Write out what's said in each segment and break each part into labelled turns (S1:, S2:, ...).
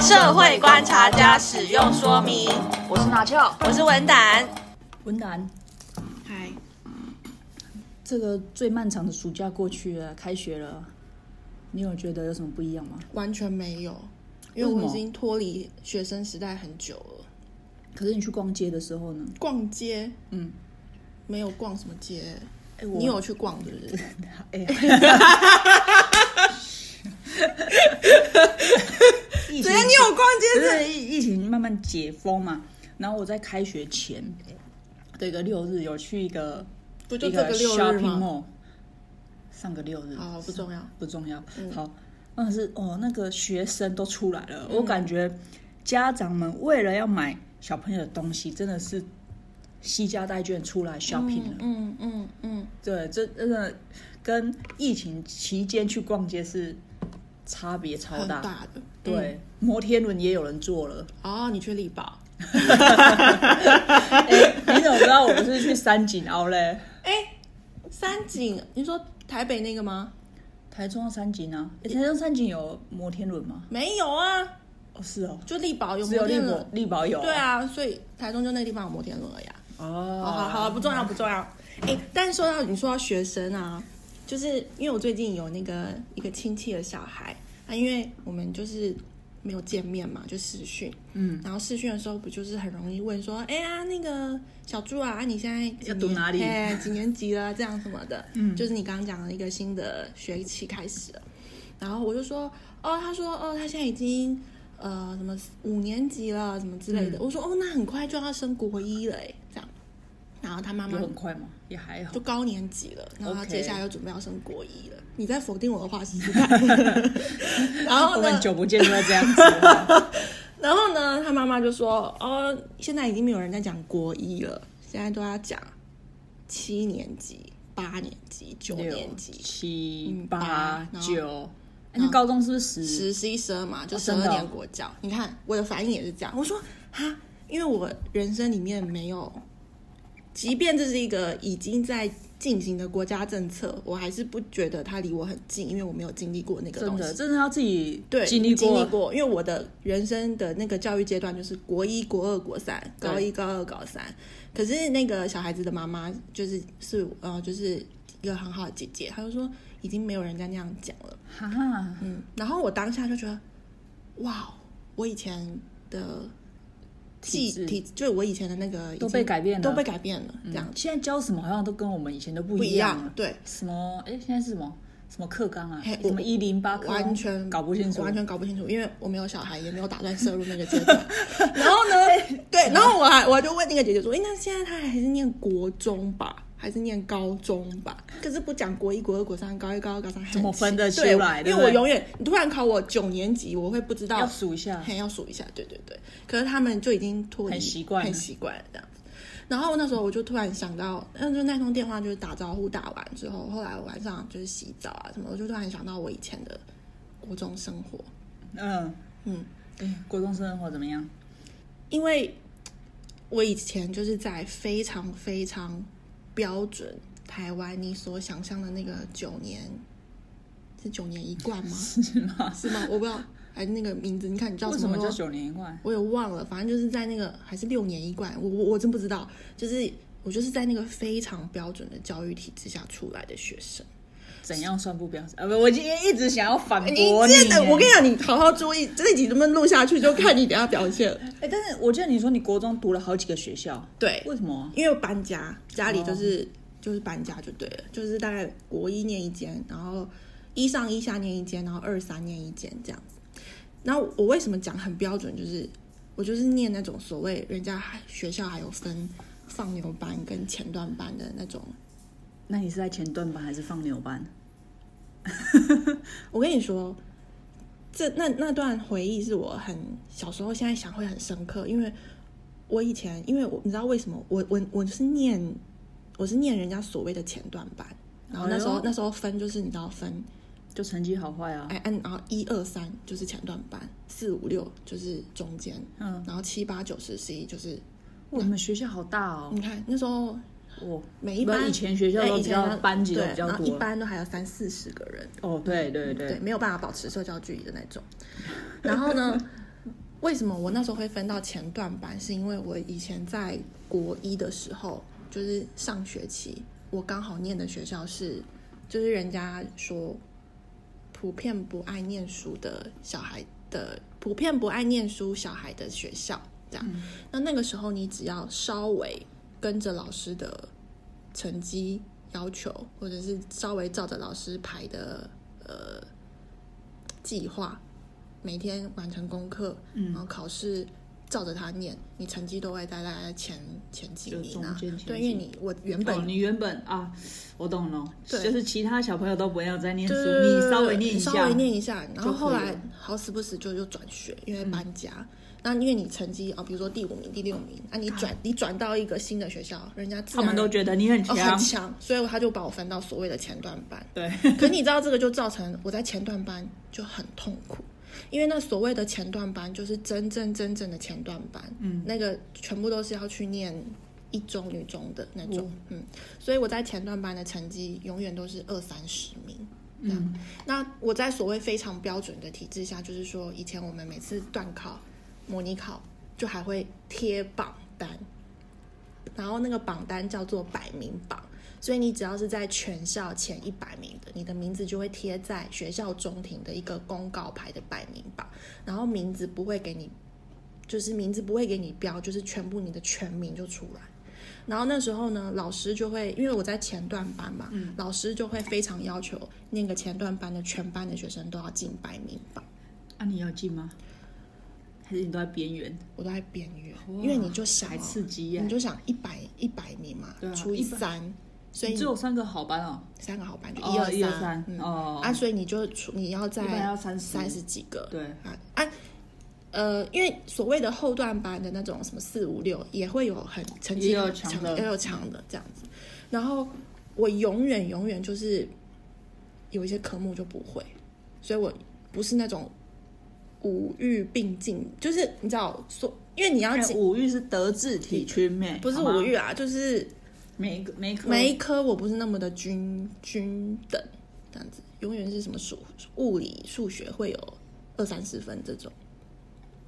S1: 社会观察家使用说明。
S2: 我是拿翘，
S1: 我是文胆，
S3: 文南，
S2: 嗨，
S3: 这个最漫长的暑假过去了，开学了，你有觉得有什么不一样吗？
S2: 完全没有，因为
S3: 为什
S2: 我
S3: 么
S2: 已经脱离学生时代很久了。
S3: 可是你去逛街的时候呢？
S2: 逛街
S3: 嗯，
S2: 没有逛什么街，
S3: 哎
S2: 你有去逛 是不是？
S3: 哎，
S2: 只
S3: 疫情
S2: 要你有逛街？
S3: 就是是疫疫情慢慢解封嘛，然后我在开学前的一个六日有去一个
S2: 不就
S3: 一
S2: 这
S3: 个
S2: 个六日
S3: shopping
S2: 吗？
S3: mall，上个六日
S2: 好，不重要。
S3: 不重要。
S2: 嗯
S3: 好，但是哦，那个学生都出来
S2: 嗯
S3: 了，我感觉家长们为了要买小朋友的东西，真的是惜家带眷出来 shopping 了。
S2: 嗯嗯嗯，
S3: 对，这真的跟疫情期间去逛街是差别超
S2: 很
S3: 大。
S2: 大嗯的。
S3: 对，摩天轮也有人坐 了。
S2: 哦，你去力宝？
S3: 哎，你怎么知道我不是去三井凹嘞？
S2: 哎，三井，你说台北那个吗？
S3: 台中的三井啊，诶台中三井有摩天轮吗？
S2: 没有啊，
S3: 哦，是哦，
S2: 就力宝有
S3: 只有
S2: 摩
S3: 力
S2: 天
S3: 宝
S2: 轮。
S3: 力宝有。
S2: 对，啊，所以台中就那地方有摩天轮而已啊。
S3: 哦，
S2: 好好好了，不重要不重要。哎、但是说到你说到学生啊，就是因为我最近有那个一个亲戚的小孩啊，因为我们就是没有见面嘛，就视讯，
S3: 嗯，
S2: 然后视讯的时候不就是很容易问说，哎、呀、那个小朱啊，啊你现在几
S3: 要读
S2: 年
S3: 哪里
S2: 哎、几年级了？这样什么 的，嗯，就是你刚刚讲的一个新的学期开始了，然后我就说，哦，他说，哦，他现在已经。呃，什么五年级了，什么之
S3: 嗯
S2: 类的。我说哦，那很快就要升国一了，哎，这样。然后他妈妈
S3: 有很快吗？也还好
S2: 嗯就。高年级了，然后他
S3: OK
S2: 接下来又准备要升国一了。你在否定我的话试 试看。 然后
S3: 我
S2: 呢
S3: 们，久不见就会这样 子。
S2: 然后呢，他妈妈就说：“哦，现在已经没有人在讲国一了，现在都要讲七年级、八年级、九年级、
S3: 七
S2: 嗯
S3: 八
S2: 八然后
S3: 九，哎那高中是不是十？
S2: 十、十一、十二嘛，就
S3: 哦
S2: 十
S3: 真
S2: 二
S3: 的哦
S2: 年国教。你看我的反应也是这样，我说哈，因为我人生里面没有，即便这是一个已经在进行的国家政策，我还是不觉得它离我很近，因为我没有经历过那个
S3: 真
S2: 东
S3: 的，
S2: 西。
S3: 真的要自己
S2: 对，
S3: 经历
S2: 经历
S3: 过。
S2: 过，因为我的人生的那个教育阶段就是国一、国二、国三，
S3: 对
S2: 高一、高二、高三。可是那个小孩子的妈妈就是是呃，就是一个很好的姐姐，她就说已经没有人再那样讲了。
S3: 哈哈，
S2: 嗯，然后我当下就觉得，哇，我以前的
S3: 体
S2: 记
S3: 制
S2: 体，就是我以前的那个已
S3: 都
S2: 经
S3: 被改变了
S2: 都被改变了，这样、
S3: 现在教什么好像都跟我们以前都不
S2: 不
S3: 一
S2: 一
S3: 样
S2: 样
S3: 了。。
S2: 对，
S3: 什么？哎，现在是什么？什么课纲啊？
S2: 嘿我
S3: 什么一零八课纲？
S2: 完全
S3: 搞不清楚。
S2: 完全搞不清楚，因为我没有小孩，也没有打算涉入那个阶 段。然后呢， 对，然后我还我就问那个姐姐说，哎，那现在她还是念国中吧？还是念高中吧，可是不讲国一、国二、国三、高一、高二、高三，
S3: 怎么分得
S2: 对
S3: 出来对
S2: 因
S3: 不
S2: 为我
S3: 对
S2: 永远，你突然考我九年级，我会不知道
S3: 要数一下。
S2: 还要数一下，对对对。可是他们就已经脱离，
S3: 嗯很习惯了
S2: 很习惯了这样子。然后那时候我就突然想到，那就那通电话就是打招呼打完之后，后来我晚上就是洗澡啊什么，我就突然想到我以前的国中生活，
S3: 嗯，
S2: 嗯，
S3: 哎，国中生活怎么样？
S2: 因为我以前就是在非常非常标准台湾你所想象的那个九年，是九年一贯 吗？
S3: 是吗？
S2: 是吗？我不知道，还是那个名字？你看你叫
S3: 为
S2: 什
S3: 什么
S2: 么
S3: 叫
S2: 咯
S3: 九年一贯？
S2: 我也忘了，反正就是在那个还是六年一贯，我我我真不知道，就是我就是在那个非常标准的教育体制下出来的学生。
S3: 怎样算不标准？啊，不，我今天一直想要反驳
S2: 真的，
S3: 耶
S2: 我哎跟你讲，你好好注意这一集能不能录下去，就看你等一下表现。
S3: 哎、但是我记得你说你国中读了好几个学校，
S2: 对，
S3: 为什么啊？
S2: 因为我搬家，家里就是、就是搬家就对了，就是大概国一念一间，然后一上一下念一间，然后二三念一间这样子。然后我为什么讲很标准，就是我就是念那种所谓人家还学校还有分放牛班跟前段班的那种。
S3: 那你是在前段班还是放牛班？
S2: 我跟你说，这那那段回忆是我很小时候，现在想会很深刻，因为我以前因为我你知道为什么我我我是念我是念人家所谓的前段班，然后那时候、
S3: 哎呦
S2: 那时候分就是你知道分
S3: 就成绩好坏啊
S2: 哎？按然后一二三就是前段班，四五六就是中间，
S3: 嗯，
S2: 然后七八九十十一就是
S3: 我们学校好大哦。
S2: 你看那时候
S3: 我
S2: 每一
S3: 不然
S2: 班
S3: 以前学校
S2: 哎
S3: 都
S2: 以
S3: 比较
S2: 前
S3: 班级都
S2: 对
S3: 比较
S2: 然后
S3: 多
S2: 一般都还有三四十个人。
S3: 哦，对对
S2: 对，
S3: 对，
S2: 没有办法保持社交距离的那种。然后呢，为什么我那时候会分到前段班，是因为我以前在国一的时候，就是上学期，我刚好念的学校是，就是人家说普遍不爱念书的小孩的，普遍不爱念书小孩的学校，这样。那那个时候，你只要稍微跟着老师的成绩要求，或者是稍微照着老师排的呃计划，每天完成功课，
S3: 嗯
S2: 然
S3: 哦
S2: 后考试照着他念，你成绩都会待在前前几
S3: 就
S2: 名
S3: 中
S2: 啊
S3: 间前。
S2: 对，
S3: 几
S2: 因为你我原
S3: 哦，
S2: 本
S3: 你原本啊，我懂了，
S2: 对
S3: 就是其他小朋友都不要再念书，
S2: 对
S3: 你稍微念一
S2: 你
S3: 下，
S2: 稍微念一下，然后
S3: 就可
S2: 后
S3: 以
S2: 来
S3: 了嗯
S2: 好死不死就又转学，因为搬家。那因为你成绩啊、哦比如说第五名、第六名，啊，你转你转到一个新的学校，人家自
S3: 他们
S2: 然
S3: 都觉得你很
S2: 哦
S3: 强，
S2: 很强，所以他就把我分到所谓的前段班。
S3: 对，
S2: 可是你知道这个就造成我在前段班就很痛苦，因为那所谓的前段班就是真正真正的前段班，嗯，那个全部都是要去念一中女中的那种，嗯，所以我在前段班的成绩永远都是二三十名。这
S3: 嗯
S2: 样那我在所谓非常标准的体制下，就是说，以前我们每次段考、模拟考就还会贴榜单，然后那个榜单叫做百名榜，所以你只要是在全校前一百名的，你的名字就会贴在学校中庭的一个公告牌的百名榜，然后名字不会给你，就是名字不会给你标，就是全部你的全名就出来。然后那时候呢，老师就会因为我在前段班嘛，
S3: 嗯
S2: 老师就会非常要求那个前段班的全班的学生都要进百名榜。
S3: 啊，你要进吗？还是你都在边缘？
S2: 我都在边缘，
S3: 哇
S2: 因为你就想、
S3: 还
S2: 哦、
S3: 刺激耶
S2: 你就想一百一百名嘛，
S3: 对啊
S2: 除以
S3: 100
S2: 三，所以
S3: 你
S2: 你
S3: 只有三个好班哦，
S2: 三个好班就
S3: 哦
S2: 一
S3: 一二
S2: 二
S3: 三
S2: 嗯
S3: 哦
S2: 啊，所以你就除你要在
S3: 一般要30
S2: 三十几个，
S3: 对
S2: 啊啊。呃，因为所谓的后段班的那种什么四五六，也会有很成绩
S3: 也有
S2: 很
S3: 强
S2: 强
S3: 的
S2: 也有强的这样子。然后我永远永远就是有一些科目就不会，所以我不是那种五育并进，就是你知道说，因为你要
S3: 哎
S2: 进
S3: 五育是德智体群美，
S2: 不是
S3: 好吗
S2: 五育，啊，就是
S3: 每一个每一科
S2: 每一科我不是那么的均均等，这样子，永远是什么数物理、数学会有二三十分这种。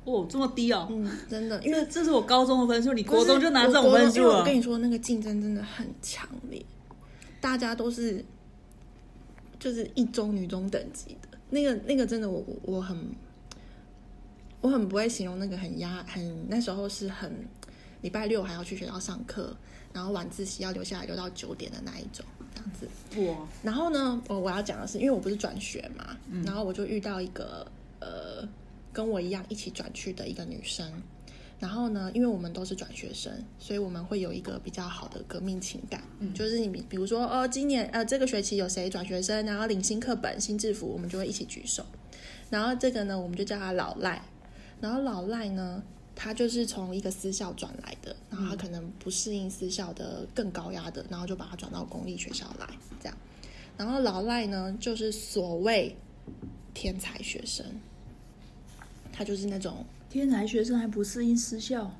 S3: 哦这么低哦，
S2: 嗯，真的，因
S3: 因
S2: 为
S3: 为这是我高中的分数，你
S2: 不
S3: 国
S2: 是
S3: 中就拿这种
S2: 我国中
S3: 分数啊
S2: 因为
S3: 了
S2: 我跟，你说，那个竞争真的很强烈，大家都是就是一中、女中等级的。那个那个真的我，我我很我很不会形容那个很压很那时候是很礼拜六还要去学校上课，然后晚自习要留下来留到九点的那一种，这样子。
S3: 哇，
S2: 然后呢，哦我我要讲的是，因为我不是转学嘛，然后我就遇到一个呃跟我一样一起转去的一个女生。然后呢，因为我们都是转学生，所以我们会有一个比较好的革命情感，就是你比比如说，哦，今年呃这个学期有谁转学生，然后领新课本、新制服，我们就会一起举手。然后这个呢，我们就叫他老赖。然后老赖呢，他就是从一个私校转来的，然后他可能不适应私校的更高压的，然后就把他转到公立学校来，这样。然后老赖呢，就是所谓天才学生，他就是那种
S3: 天才学生还不适应私校，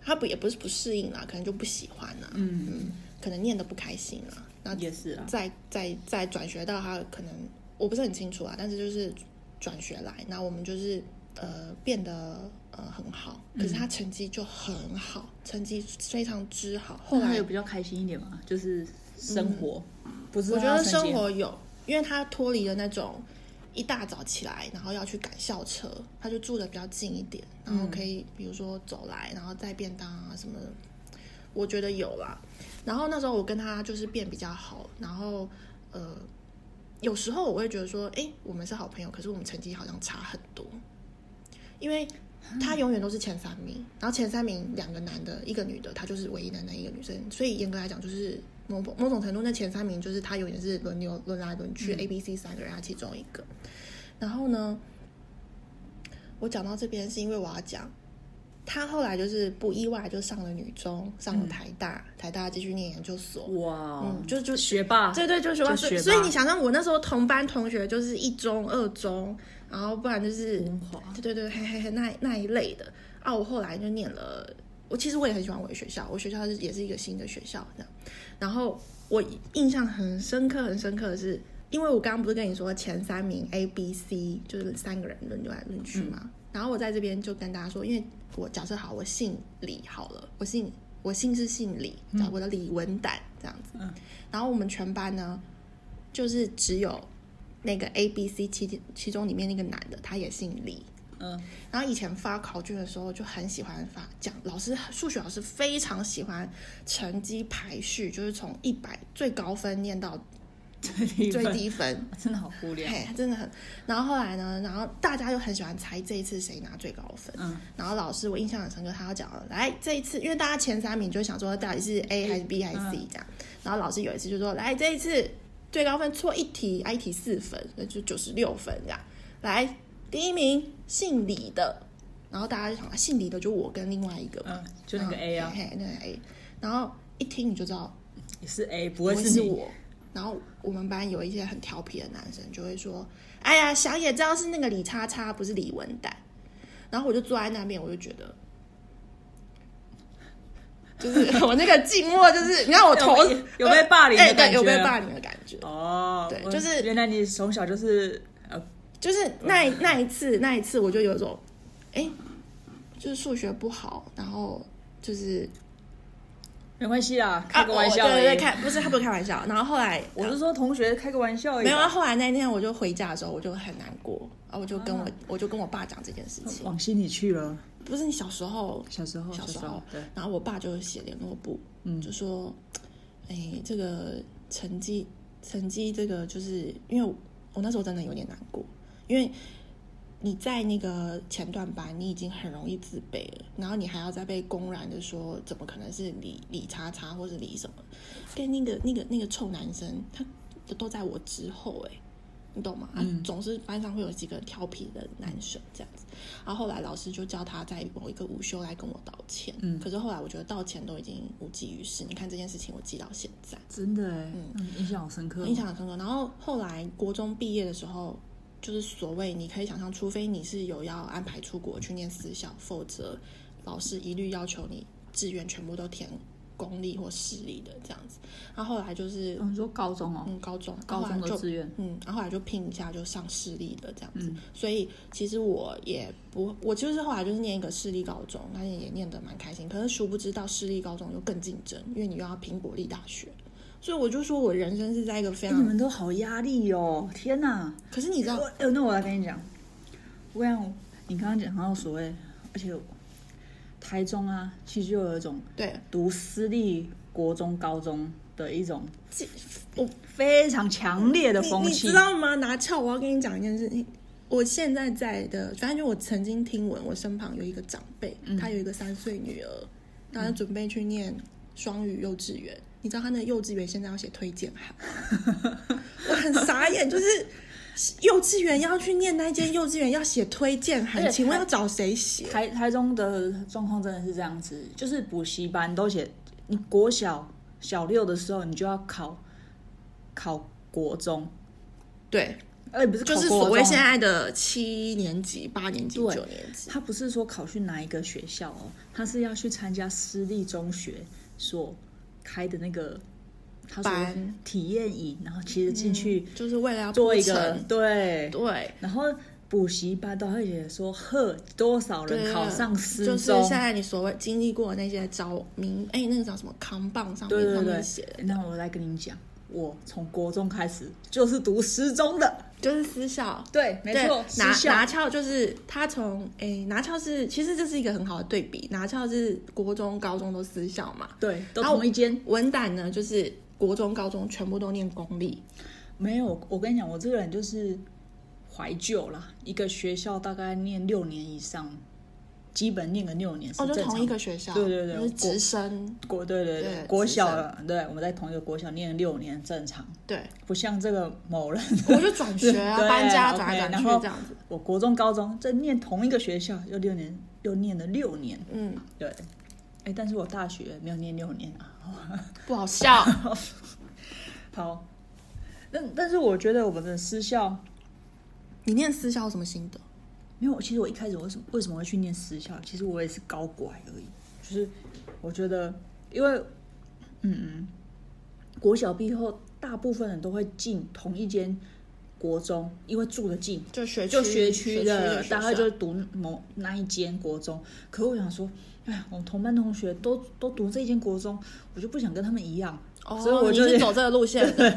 S2: 他不也不是不适应啦，可能就不喜欢啦，
S3: 嗯，
S2: 可能念得不开心啦，那
S3: 也是啊，
S2: 再再再转学到他可能我不是很清楚啊，但是就是转学来，那我们就是呃变得呃很好，可是他成绩就很好，成绩非常之好。后
S3: 后来
S2: 来嗯
S3: 有比较开心一点嘛，就是生活，不是
S2: 我觉
S3: 他
S2: 得
S3: 成
S2: 生
S3: 绩
S2: 活有，因为他脱离了那种一大早起来然后要去赶校车，他就住的比较近一点，然后可以比如说走来，然后带便当啊什么的，我觉得有啦。然后那时候我跟他就是变比较好，然后呃，有时候我会觉得说，哎，我们是好朋友，可是我们成绩好像差很多，因为。他永远都是前三名，然后前三名两个男的，一个女的，她就是唯一的那一个女生，所以严格来讲就是某某种程度，那前三名就是他永远是轮流轮来轮去、a
S3: 嗯
S2: B、C 三个人，啊他其中一个。然后呢，我讲到这边是因为我要讲，他后来就是不意外就上了女中，上了
S3: 嗯
S2: 台大，台大继续念研究所，
S3: 哇，
S2: 嗯，就就
S3: 学霸，
S2: 对对，就学霸。
S3: 就
S2: 所
S3: 学
S2: 以
S3: 霸
S2: 所以你想让我那时候同班同学就是一中、二中，然后不然就是
S3: 文华
S2: 对对对，嘿嘿嘿，那那一类的啊。我后来就念了，我其实我也很喜欢我的学校，我学校是也是一个新的学校这样。然后我印象很深刻、很深刻的是，
S3: 嗯
S2: 因为我刚刚不是跟你说前三名 A、B、C 就是三个人轮流来轮去嘛，那然后我在这边就跟大家说，因为我假设好，我姓李好了，我姓我姓是姓李，我的李文胆这样子。
S3: 嗯
S2: 然后我们全班呢，就是只有那个 A、B、C 其其中里面那个男的，他也姓李。
S3: 嗯，
S2: 然后以前发考卷的时候就很喜欢发讲，老师数学老师非常喜欢成绩排序，就是从一百最高分念到
S3: 最低
S2: 最
S3: 分
S2: 低分。
S3: 真的好无聊。
S2: 嘿，真的很。然后后来呢，然后大家又很喜欢猜这一次谁拿最高分。
S3: 嗯
S2: 然后老师我印象很深刻，他要讲了来这一次，因为大家前三名就想说到底是
S3: 嗯
S2: A 还是 B 还是 C 这样。然后老师有一次就说来这一次最高分错一题，啊一题四分，那就九十六分这样。来第一名姓李的，然后大家就想啊姓李的就我跟另外一个嘛，
S3: 嗯，就那个 A 啊，
S2: 嘿嘿那个 A。然后一听你就知道
S3: 也是 A，不
S2: 不
S3: 会
S2: 会
S3: 是
S2: 是
S3: 你。
S2: 我。然后我们班有一些很调皮的男生就会说：“哎呀，想也知道是那个李叉叉，不是李文胆。”然后我就坐在那边，我就觉得，就是 我那个静默，就是你看我头
S3: 有被有被霸凌的
S2: 哎
S3: 感
S2: 对，
S3: 觉啊
S2: 有被霸凌的感觉。
S3: 哦，
S2: 对
S3: 我
S2: 就是
S3: 原来你从小就是呃，
S2: 就是那一那一次，那一次我就有种，哎，就是数学不好，然后就是
S3: 没关系啦，开个玩笑
S2: 啊
S3: 而
S2: 我
S3: 已。
S2: 对对对，开不是他不是开玩笑。然后后来
S3: 我是说同学开个玩笑而已
S2: 没有啊，
S3: 吧，
S2: 后来那一天我就回家的时候，我就很难过，啊，我就跟我、
S3: 啊哦
S2: 我就跟我爸讲这件事情。
S3: 往心里去了。
S2: 不是你小时候，
S3: 小时候，
S2: 小
S3: 时
S2: 时候，
S3: 对，
S2: 然后我爸就写联络簿，
S3: 嗯
S2: 就说，哎、这个成绩成绩这个就是因为我我那时候真的有点难过，因为你在那个前段班，你已经很容易自卑了，然后你还要再被公然的说，怎么可能是李李叉叉或是李什么？跟那个那个那个臭男生，他都在我之后、哎。你懂吗？啊
S3: 嗯
S2: 总是班上会有几个调皮的男生这样子，然后后来老师就叫他在某一个午休来跟我道歉。
S3: 嗯
S2: 可是后来我觉得道歉都已经无济于事。你看这件事情，我记到现在，
S3: 真的哎
S2: 嗯，
S3: 嗯印象好深刻哦，
S2: 印象很深刻。然后后来国中毕业的时候，就是所谓你可以想象，除非你是有要安排出国去念私校，否则老师一律要求你志愿全部都填公立或私立的这样子。然后后来就是
S3: 哦。你说高中哦，
S2: 嗯，高中，
S3: 高
S2: 然后
S3: 中的
S2: 后来就
S3: 志愿
S2: 嗯，然后后来就拼一下就上私立的这样子，
S3: 嗯
S2: 所以其实我也不，我就是后来就是念一个私立高中，那也念得蛮开心。可是殊不知到私立高中又更竞争，因为你又要拼国立大学，所以我就说我人生是在一个非
S3: 哎你
S2: 常，
S3: 们都好压力哦，天哪！
S2: 可是你知道
S3: 我，呃那我来跟你讲，我跟你讲，你刚刚讲到所谓，而且台中啊，其实就有一种
S2: 对，
S3: 读私立国中、高中的一种
S2: 这我
S3: 非常强烈的风
S2: 你你
S3: 气
S2: 知。道吗？拿翘，我要跟你讲一件事情。我现在在的，反正就我曾经听闻，我身旁有一个长辈，
S3: 嗯
S2: 他有一个三岁女儿，然后准备去念双语幼稚园。你知道他那个幼稚园现在要写推荐函 吗，我很傻眼，就是幼稚园要去念那间幼稚园要写推荐
S3: 而且
S2: 函，
S3: 他
S2: 请问要找谁写？
S3: 台台中的状况真的是这样子，就是补习班都写，你国小小六的时候你就要考考国中，
S2: 对，
S3: 哎，不是
S2: 就
S3: 考国
S2: 呃是
S3: 中
S2: 所谓现在的七年级、八年级、
S3: 对
S2: 九年级。
S3: 他不是说考去哪一个学校哦，他是要去参加私立中学所开的那个他所谓
S2: 班嗯
S3: 体验营，然后其实进去
S2: 就是为了要
S3: 做一
S2: 铺
S3: 个、
S2: 陈
S3: 对，
S2: 对，
S3: 然后补习班都会写说呵多少
S2: 对啊
S3: 人考上私
S2: 就
S3: 中，
S2: 是现在你所谓经历过的那些招名，哎、那个叫什么康棒上面
S3: 对对
S2: 上面
S3: 对
S2: 写的，，
S3: 那我来跟你讲。我从国中开始就是读私中的，
S2: 就是私校。
S3: 对，没
S2: 对
S3: 错，，
S2: 拿
S3: 私校
S2: 拿翘就是他从哎、拿翘是其实这是一个很好的对比，拿翘是国中、高中都私校嘛，
S3: 对，都
S2: 然后
S3: 同一间，
S2: 文胆呢就是国中、高中全部都念公立，
S3: 没有，我跟你讲，我这个人就是怀旧啦。一个学校大概念六年以上，基本念个六年是
S2: 哦，
S3: 正
S2: 就
S3: 常。
S2: 同一个学校，
S3: 对对对
S2: 就是直升，
S3: 国对对对，
S2: 对
S3: 国
S2: 直
S3: 小
S2: 升
S3: 了，对，我们在同一个国小念六年正常，
S2: 对，
S3: 不像这个某人，
S2: 我就转学啊，
S3: 对
S2: 搬家
S3: OK，
S2: 转来转
S3: 然
S2: 去
S3: 后
S2: 这样子，
S3: 我国中、高中这念同一个学校，又六年，又念了六年，
S2: 嗯，
S3: 对。哎，但是我大学没有念六年啊。
S2: 不好 笑，
S3: 好，但但是我觉得我们的私校
S2: 你念私校有什么心得？
S3: 没有，其实我一开始为什么为什么会去念私校？其实我也是高拐而已，就是我觉得，因为，嗯嗯，国小毕业后，大部分人都会进同一间国中，因为住得近，
S2: 就学区
S3: 就学
S2: 区
S3: 区的，
S2: 学
S3: 大概
S2: 校
S3: 就读某那一间国中。可我想说，哎，我们同班同学都都读这间国中，我就不想跟他们一样，
S2: 哦，
S3: 所以我
S2: 你
S3: 就是
S2: 走这个路 线的。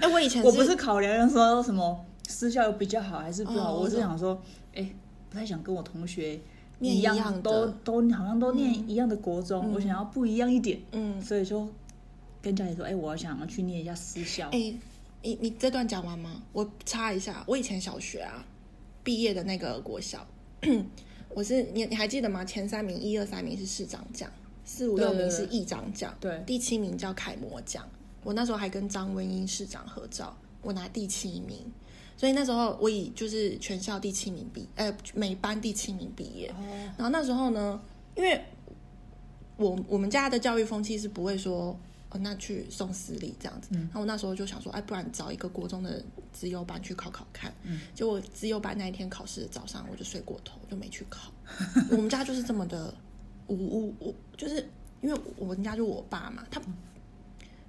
S2: 哎、我以前
S3: 我不是考量说什么私校比较好还是不好，
S2: 哦我
S3: 我是
S2: 懂
S3: 想说，哎，不太想跟我同学
S2: 念
S3: 一
S2: 一样的
S3: 都都好像都念一样的国中，我想要不一样一点，
S2: 嗯，
S3: 所以就跟家里说，哎，我想要去念一下私校。
S2: 哎、你你这段讲完吗？我插一下，我以前小学啊，毕业的那个国小， 我是你你还记得吗？前三名，一二三名是市长奖，四五
S3: 对
S2: 六名
S3: 对
S2: 是
S3: 对
S2: 议长奖，
S3: 对
S2: 第七名叫楷模奖。我那时候还跟张文英市长合照，我拿第七名，所以那时候我以就是全校第七名毕，呃，每班第七名毕业。
S3: 哦
S2: 然后那时候呢，因为我我们家的教育风气是不会说，哦，那去送私立这样子。然后我那时候就想说，哎，不然找一个国中的资优班去考考看。结果资优班那一天考试的早上，我就睡过头，就没去考。 我们家就是这么的无无无，就是因为我们家就我爸嘛，他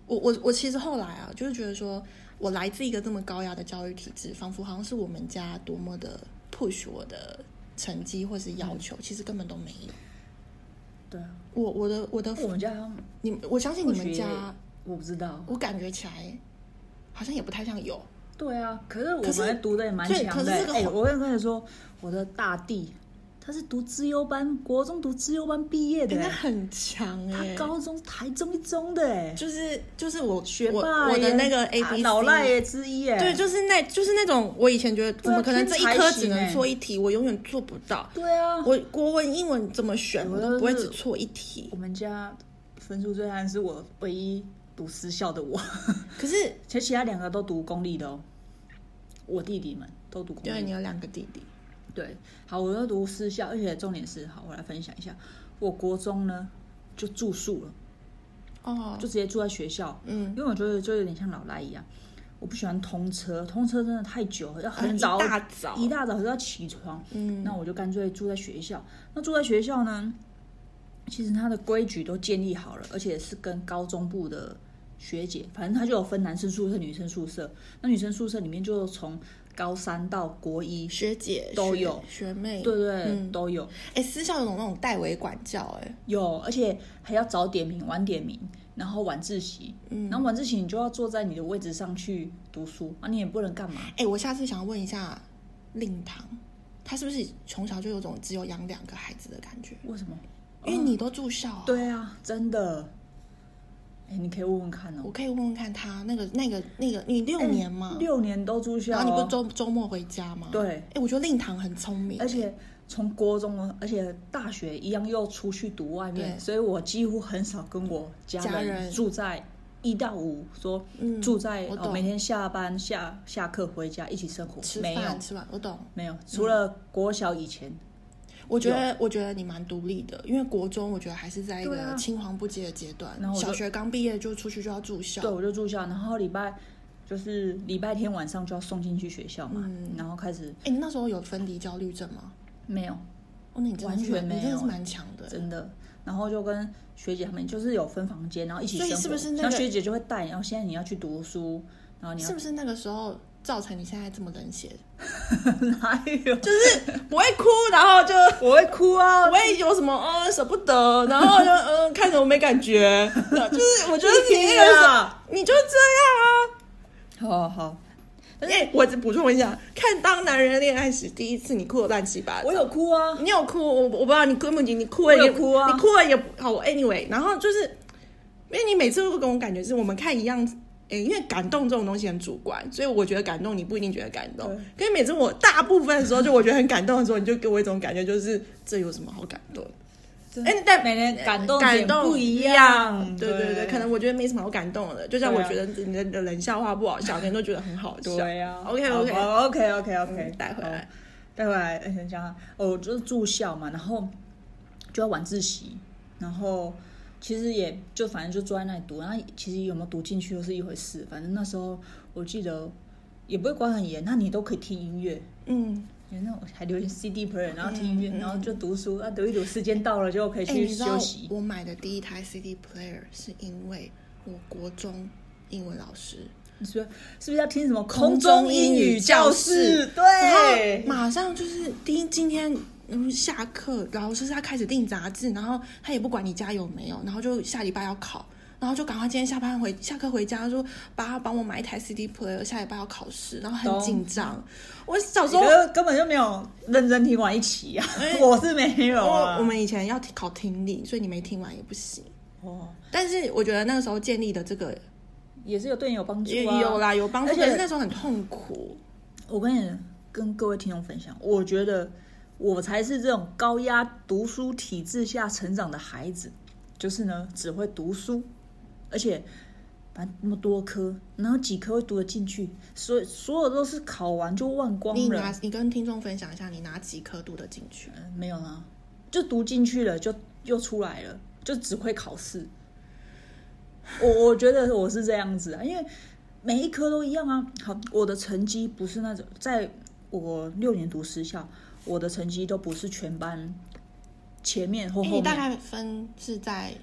S2: 我我我其实后来啊，就是觉得说我来自一个这么高压的教育体制，仿佛好像是我们家多么的 push 我的成绩或是要
S3: 嗯
S2: 求，其实根本都没有。
S3: 对啊，
S2: 我我的我的
S3: 我们家
S2: 你们，我相信你
S3: 嗯或许
S2: 们家，
S3: 我不知道，
S2: 我感觉起来好像也不太像有
S3: 对啊，可是我
S2: 可是
S3: 们读的也蛮
S2: 对
S3: 强
S2: 可是
S3: 的、
S2: 这个
S3: 哎、
S2: 好
S3: 我跟跟你说，我的大弟他是读资优班，国中读资优班毕业的、
S2: 人家
S3: 哎
S2: 很强
S3: 他
S2: 哎、
S3: 高中台中一中的、哎，
S2: 就是就是我
S3: 学
S2: 我
S3: 霸、
S2: 我的
S3: 哎
S2: 那个 A
S3: 啊
S2: B C
S3: 老赖、哎之一、哎，
S2: 对，就是那就是那种我以前觉得
S3: 啊
S2: 我们可能这一科只
S3: 天才型
S2: 能
S3: 哎
S2: 错一题，我永远做不到。
S3: 对啊，我
S2: 我国文、英文怎么选，
S3: 我
S2: 我
S3: 都
S2: 都不会
S3: 是
S2: 只错一题。
S3: 们家分数最烂是我唯一读私校的我，
S2: 可是，
S3: 其实其他两个都读公立的哦，我弟弟们都读公立
S2: 对
S3: 的
S2: 你有两个弟弟，
S3: 对，好，我要读私校，而且重点是，好，我来分享一下，我国中呢就住宿了，
S2: 哦，
S3: 就直接住在学校，
S2: 嗯
S3: 因为我觉得就有点像老赖一样，我不喜欢通车，通车真的太久了，要很早，
S2: 一大早
S3: 一啊大早就要起床，
S2: 嗯
S3: 那我就干脆住在学校。那住在学校呢，其实它的规矩都建立好了，而且是跟高中部的学姐，反正它就有分男生宿舍、女生宿舍，那女生宿舍里面就从高三到国一。
S2: 学姐
S3: 都
S2: 学
S3: 有
S2: 学妹，
S3: 对对，
S2: 嗯
S3: 都有。
S2: 哎，私校有种那种代为管教，哎，
S3: 有，而且还要早点名、晚点名，然后晚自习，
S2: 嗯
S3: 然后晚自习你就要坐在你的位置上去读书啊，你也不能干嘛。
S2: 哎，我下次想问一下令堂，他是不是从小就有种只有养两个孩子的感觉？
S3: 为什么？
S2: 因为你都住校啊，，
S3: 嗯对啊，真的。哎、你可以问问看哦
S2: 我。可以问问看他那个那个那个，你六年嘛，
S3: 嗯六年都住校、哦，
S2: 然后你不周周末回家吗？
S3: 对
S2: 哎，我觉得令堂很聪明，
S3: 而且从国中哦呢，而且大学一样又出去读外面，
S2: 对
S3: 所以我几乎很少跟我家
S2: 家
S3: 人
S2: 人
S3: 住在一到五，说
S2: 嗯
S3: 住在、
S2: 我
S3: 哦、
S2: 懂
S3: 每天下班下下课回家一起生活，
S2: 吃
S3: 没有
S2: 饭吃嗯完，我懂。
S3: 没有，除了国小以前，
S2: 我觉得，我觉得你蛮独立的，因为国中我觉得还是在一
S3: 对啊
S2: 个青黄不接的阶段，
S3: 然后我就
S2: 小学刚毕业就出去就要住校
S3: 对，，我就住校，然后礼拜就是礼拜天晚上就要送进去学校嘛，
S2: 嗯
S3: 然后开始
S2: 哎、你那时候有分离焦虑症吗？
S3: 没有，
S2: 哦，那你真的
S3: 完
S2: 是蛮
S3: 全没
S2: 你真的
S3: 有
S2: 是蛮强的。
S3: 真的。然后就跟学姐她们就是有分房间，然后一起
S2: 所
S3: 生
S2: 以
S3: 活。
S2: 是不是那
S3: 然后
S2: 个
S3: 学姐就会带你，然后现在你要去读书，然后你要
S2: 是不是那个时候造成你现在这么冷血？
S3: 哪有？就
S2: 就是不会哭，然后就
S3: 我会哭啊
S2: 不！会有什么嗯舍不得，然后就嗯看着我没感觉， 就是我觉得你那个时候
S3: 啊，
S2: 你就这样啊。
S3: 好好，但是
S2: 哎、我只补充一下，看《当男人恋爱时》第一次你哭的乱七八糟
S3: 我。有哭啊，
S2: 你有哭，我我不知道你哭不？你你哭了也
S3: 我有哭啊
S2: 你哭了也不好。我 anyway，然后就是，因为你每次都给我感觉是我们看一样，诶、因为感动这种东西很主观，所以我觉得感动，你不一定觉得感动
S3: 对。
S2: 可是每次我大部分的时候，就我觉得很感动的时候，你就给我一种感觉，就是这有什么好感动？哎、但
S3: 每年感动
S2: 感
S3: 点
S2: 动
S3: 不一样，
S2: 对对对，可能我觉得没什么好感动的，就像
S3: 对
S2: 我
S3: 啊
S2: 觉得你的你的冷笑话不好笑，可能都觉得很好笑。
S3: 对啊呀、
S2: OK OK，
S3: OK OK OK，
S2: 嗯带回来，
S3: 带回来。哎想想啊，哦，我就是住校嘛，然后就要晚自习，然后其实也就反正就坐在那里读，然后其实有没有读进去又是一回事。反正那时候我记得也不会管很严，那你都可以听音乐。
S2: 嗯，
S3: 因为那我还留着 CD player，然后听音乐，然后就读书，啊，读一读，时间到了就可以
S2: 哎，
S3: 去
S2: 你知道
S3: 休息。
S2: 我买的第一台 CD player 是因为我国中英文老师
S3: 你说是不是要听什么
S2: 空
S3: 空
S2: 中
S3: 中
S2: 英
S3: 英
S2: 语
S3: 语
S2: 教
S3: 教
S2: 室
S3: 室？
S2: 然
S3: 对
S2: 后，马上就是第一今天嗯下课，老师他开始订杂志，然后他也不管你家有没有，然后就下礼拜要考，然后就赶快今天下班回下课回家，说爸帮我买一台 CD player，下礼拜要考试，然后很
S3: 懂
S2: 紧张。我小时候
S3: 我觉得根本就没有认真听完一期啊， 我是没有啊。
S2: 哎我我们以前要考听力，所以你没听完也不行。
S3: 哦，
S2: 但是我觉得那个时候建立的这个
S3: 也是有对你有帮助
S2: 也
S3: 啊。
S2: 有啦，有帮助，
S3: 而且
S2: 可是那时候很痛苦。
S3: 我跟你跟各位听众分享，我觉得我才是这种高压读书体制下成长的孩子，就是呢只会读书，而且反正那么多科，哪有几科会读得进去？所以所有都是考完就忘光
S2: 你
S3: 了
S2: 拿，你跟听众分享一下，你哪几科读得进去？
S3: 嗯没有啦，就读进去了，就又出来了，就只会考试。我我觉得我是这样子啊，因为每一科都一样啊。好，我的成绩不是那种，在我六年读私校，我的成绩都不是全班前面或
S2: 哎、
S3: 后
S2: 你大
S3: 面，
S2: 概分是在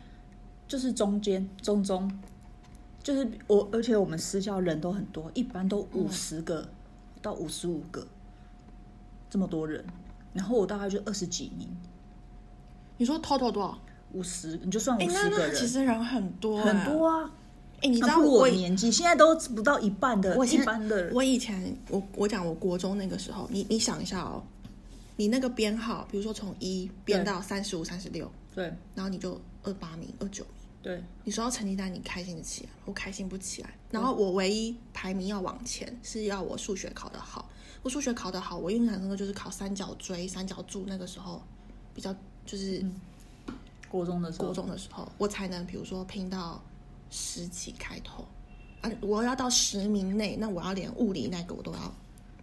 S3: 就是中间中中，就是我，而且我们私校人都很多，一般都
S2: 嗯
S3: 五十个、到五十五个，这么多人，然后我大概就二十几名。
S2: 你说 total 多少？
S3: 五十，你就算
S2: 哎、
S3: 五
S2: 那
S3: 十个
S2: 那其
S3: 人，
S2: 实人很多、
S3: 很多。啊。
S2: 哎、你知
S3: 那
S2: 道
S3: 不如我
S2: 我
S3: 年纪现在都不到一半的，
S2: 我
S3: 一
S2: 现
S3: 般的人
S2: 我以前我我讲我国中那个时候，你你想一下哦，你那个编号，比如说从一编
S3: 对
S2: 到三十五、三十六，
S3: 对
S2: 然后你就二八名、二九名。
S3: 对，
S2: 你收到成绩单，你开心得起来吗？我开心不起来。然后我唯一排名要往前，是要我数学考得好。我数学考得好，我印象深刻就是考三角锥、三角柱，那个时候比较就是
S3: 国中的时候，
S2: 国中的时候，我才能比如说拼到十几开头啊，我要到十名内，那我要连物理那个我都要，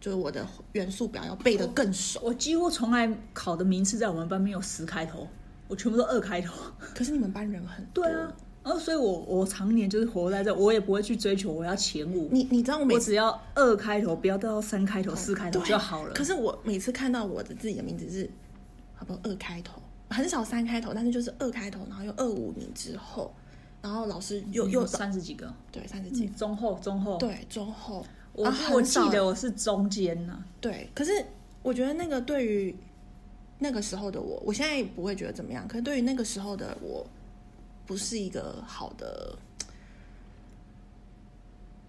S2: 就是我的元素表要背得更熟。
S3: 我几乎从来考的名次在我们班没有十开头，我全部都二开头。
S2: 可是你们班人很多，
S3: 对啊，然后所以我我常年就是活在这，我也不会去追求我要前五，
S2: 你你知道我每
S3: 我
S2: 次哦
S3: 只要二开头，不要到三开头、四开头
S2: 对
S3: 就好了。
S2: 可是我每次看到我的自己的名字是，好不好二开头，很少三开头，但是就是二开头，然后又二五名之后，然后老师又又
S3: 有嗯三十几个，
S2: 对三十几，
S3: 中后中后，
S2: 嗯对中后，
S3: 我
S2: 然后
S3: 我
S2: 很
S3: 记
S2: 少欸
S3: 得我是中间呐，
S2: 对，可是我觉得那个对于那个时候的我，我现在也不会觉得怎么样，可是对于那个时候的我，不是一个好的。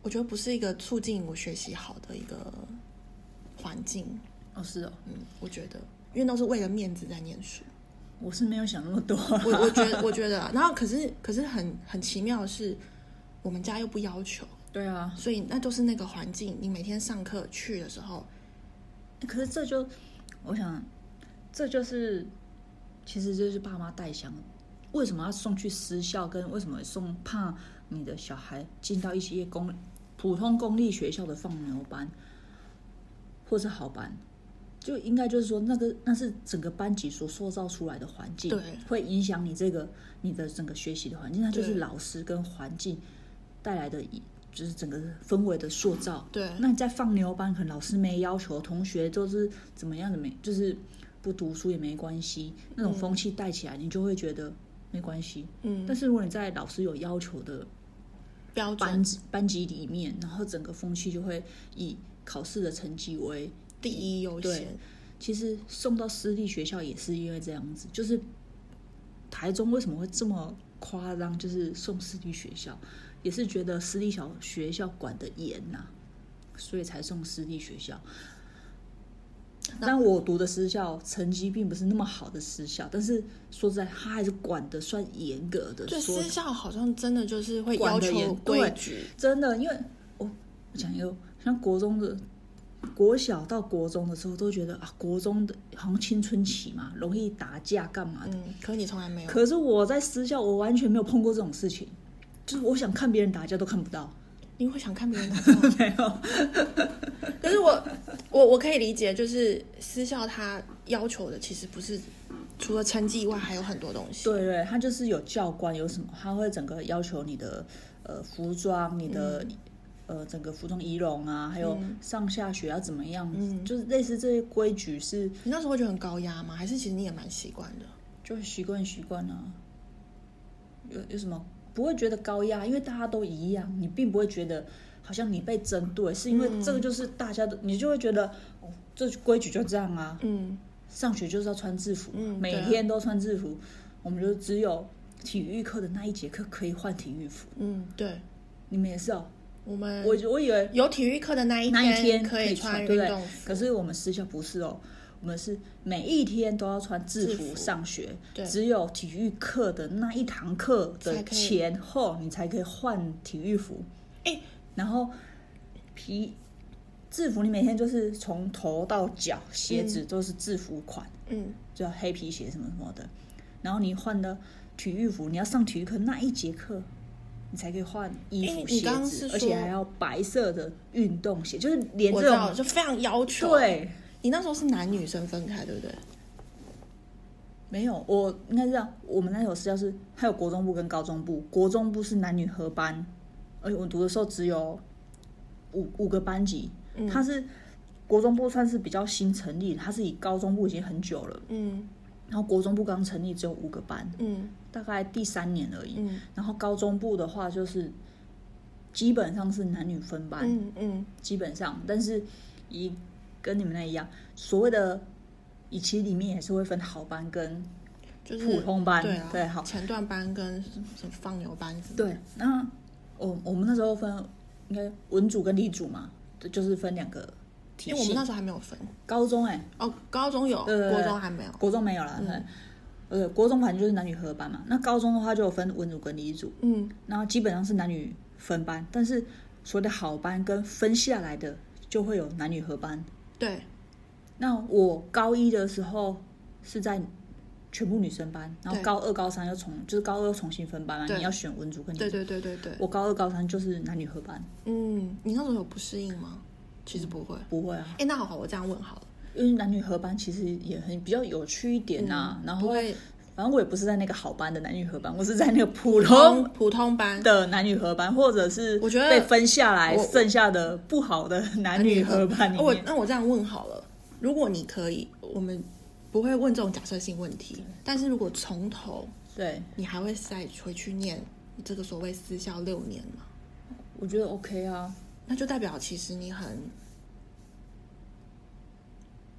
S2: 我觉得不是一个促进我学习好的一个环境，
S3: 哦是哦，
S2: 嗯，我觉得，因为都是为了面子在念书。
S3: 我是没有想那么多，
S2: 我我觉得，我觉得啊，然后可是可是很很奇妙的是，我们家又不要求，
S3: 对啊，
S2: 所以那就是那个环境。你每天上课去的时候，
S3: 可是这就，我想，这就是，其实这是爸妈带香。为什么要送去私校？跟为什么送怕你的小孩进到一些公普通公立学校的放牛班，或是好班？就应该就是说，那个那是整个班级所塑造出来的环境
S2: 对，
S3: 会影响你这个你的整个学习的环境。那就是
S2: 对
S3: 老师跟环境带来的一，就是整个氛围的塑造。
S2: 对
S3: 那你在放牛班，可能老师没要求，同学都是怎么样的没，就是不读书也没关系，那种风气带起来，你就会觉得没关系。
S2: 嗯
S3: 但是如果你在老师有要求的
S2: 标
S3: 班
S2: 准
S3: 级班级里面，然后整个风气就会以考试的成绩为，
S2: 第一优先
S3: 对，其实送到私立学校也是因为这样子，就是台中为什么会这么夸张，就是送私立学校，也是觉得私立小学校管得严呐、所以才送私立学校。但我读的私校成绩并不是那么好的私校，但是说实在，他还是管得算严格的。
S2: 对，
S3: 说
S2: 私校好像真的就是会
S3: 管
S2: 要
S3: 得
S2: 求
S3: 严
S2: 规
S3: 呃对
S2: 矩，
S3: 真的，因为我我讲一个，像国中的国小到国中的时候，都觉得啊，国中的好像青春期嘛，容易打架干嘛的。
S2: 嗯，可你从来没有，
S3: 可是我在私校，我完全没有碰过这种事情，就是我想看别人打架都看不到。
S2: 你会想看别人 打架没有？可是我我我可以理解，就是私校他要求的其实不是除了成绩以外还有很多东西，
S3: 对对，他就是有教官有什么，他会整个要求你的呃服装，你的、
S2: 嗯
S3: 呃整个服装仪容啊，还有上下学要怎么样，
S2: 嗯
S3: 就是类似这些规矩是
S2: 你那时候会觉得很高压吗？还是其实你也蛮习惯的？
S3: 就习惯习惯啊。有有什么不会觉得高压？因为大家都一样，你并不会觉得好像你被针对，是因为
S2: 嗯
S3: 这个就是大家都，你就会觉得哦，这规矩就这样啊，
S2: 嗯，
S3: 上学就是要穿制服，
S2: 嗯对
S3: 每
S2: 啊
S3: 天都穿制服，我们就只有体育课的那一节课可以换体育服，
S2: 嗯，对，
S3: 你们也是哦，
S2: 我们
S3: 我我以为
S2: 有体育课的那一
S3: 那一天
S2: 可以
S3: 以
S2: 穿
S3: 穿，
S2: 运
S3: 对不对
S2: 动？服，
S3: 可是我们私校不是哦，我们是每一天都要穿制
S2: 制
S3: 服
S2: 服
S3: 上学，
S2: 对
S3: 只有体育课的那一堂课
S2: 才
S3: 的
S2: 可以
S3: 前后你才可以换体育服。
S2: 哎
S3: 然后皮制服你每天就是从头到脚，鞋子都是制服款，
S2: 嗯，
S3: 就黑皮鞋什么什么的。然后你换的体育服，你要上体育课那一节课，你才可以换衣
S2: 哎
S3: 服、
S2: 你
S3: 鞋
S2: 刚刚
S3: 子，
S2: 是
S3: 而且
S2: 说
S3: 还要白色的运动鞋，就是连
S2: 我
S3: 这
S2: 知道，
S3: 种
S2: 就非常要求。，
S3: 对。
S2: 你那时候是男女生分开，对不对？
S3: 没有，我应该是这样。我们那时候私教是还有国中部跟高中部，国中部是男女合班，而且我读的时候只有五五个班级，
S2: 嗯
S3: 它是国中部算是比较新成立的，它是以高中部已经很久了，
S2: 嗯
S3: 然后国中部刚成立只有五个班，
S2: 嗯
S3: 大概第三年而已。
S2: 嗯
S3: 然后高中部的话就是基本上是男女分班，
S2: 嗯嗯，
S3: 基本上，但是以跟你们那一样，所谓的以其实里面也是会分好班跟
S2: 就是
S3: 普通班
S2: 对啊，
S3: 对好
S2: 前段班跟什么什么放牛班什么，
S3: 对，那我我们那时候分应该文组跟理组嘛，对就是分两个体
S2: 因为我
S3: 系
S2: 们。那时候还没有分
S3: 高中哎、
S2: 哦，高中有，
S3: 对对对
S2: 国中还没有。
S3: 国中没有
S2: 嗯
S3: 啦，对，呃，国中反正就是男女合班嘛。那高中的话就有分文组跟理组，
S2: 嗯
S3: 然后基本上是男女分班，但是所谓的好班跟分下来的就会有男女合班。，
S2: 对，
S3: 嗯那我高一的时候是在全部女生班，然后
S2: 对
S3: 高二、高三又重，就是高二又重新分班嘛，
S2: 对
S3: 你要选文组跟理组。
S2: 对对对对对。
S3: 我高二、高三就是男女合班，
S2: 嗯，你那时候有不适应吗？其实不会。
S3: 不会啊。
S2: 哎、那好好，我这样问好了。
S3: 因为男女合班其实也很比较有趣一点呐、
S2: 嗯
S3: 然
S2: 不
S3: 后
S2: 会
S3: 反正我也不是在那个好班的男女合班，我是在那个普
S2: 通
S3: 通
S2: 普通班
S3: 的男女合班，或者是
S2: 我觉得
S3: 被分下来
S2: 我
S3: 剩下的不好 的男女合班里
S2: 哦我
S3: 面，
S2: 那我这样问好了，如果你可以，我们不会问这种假设性问题。但是如果从头，
S3: 对，
S2: 你还会再回去念这个所谓私校六年吗？
S3: 我觉得 OK 啊，
S2: 那就代表其实你很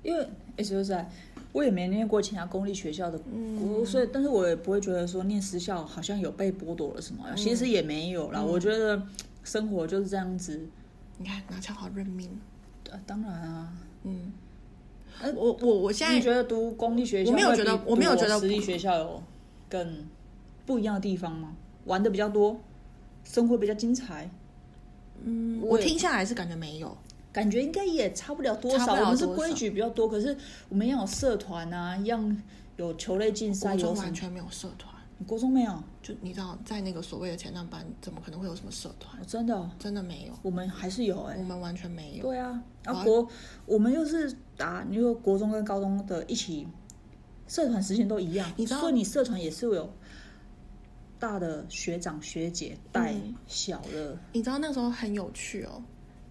S3: 因为也说实在，我也没念过其他公立学校的，嗯我
S2: 嗯
S3: 所以但是我也不会觉得说念私校好像有被剥夺了什么，其
S2: 嗯
S3: 实也没有啦。我觉得生活就是这样子，
S2: 你看拿翘好认命。
S3: 啊、当然啊，
S2: 嗯，
S3: 呃
S2: 我我我现
S3: 你
S2: 在
S3: 觉得读公立学校，
S2: 我没有觉得我没有觉得
S3: 私立学校有更不一样的地方吗？玩的比较多，生活比较精彩，
S2: 嗯，
S3: 我
S2: 我
S3: 也
S2: 听下来是感觉没有。
S3: 感觉应该也差不了多
S2: 差
S3: 少。
S2: 不了
S3: 我们是
S2: 多少
S3: 规矩比较多，可是我们一样有社团啊，一样有球类竞赛，
S2: 国中啊
S3: 有什
S2: 完
S3: 么？
S2: 全没有社团，
S3: 你国中没有？哦
S2: 就你知道，在那个所谓的前段班，怎么可能会有什么社团？
S3: 真的哦、
S2: 真的没有，
S3: 我们还是有哎、
S2: 我们完全没有。
S3: 对啊，
S2: 好
S3: 啊
S2: 啊
S3: 国我们又是打，你说国中跟高中的一起社团时间都一样，
S2: 你知道
S3: 所以你社团也是有大的学长学姐带
S2: 嗯
S3: 小的，
S2: 你知道那时候很有趣哦，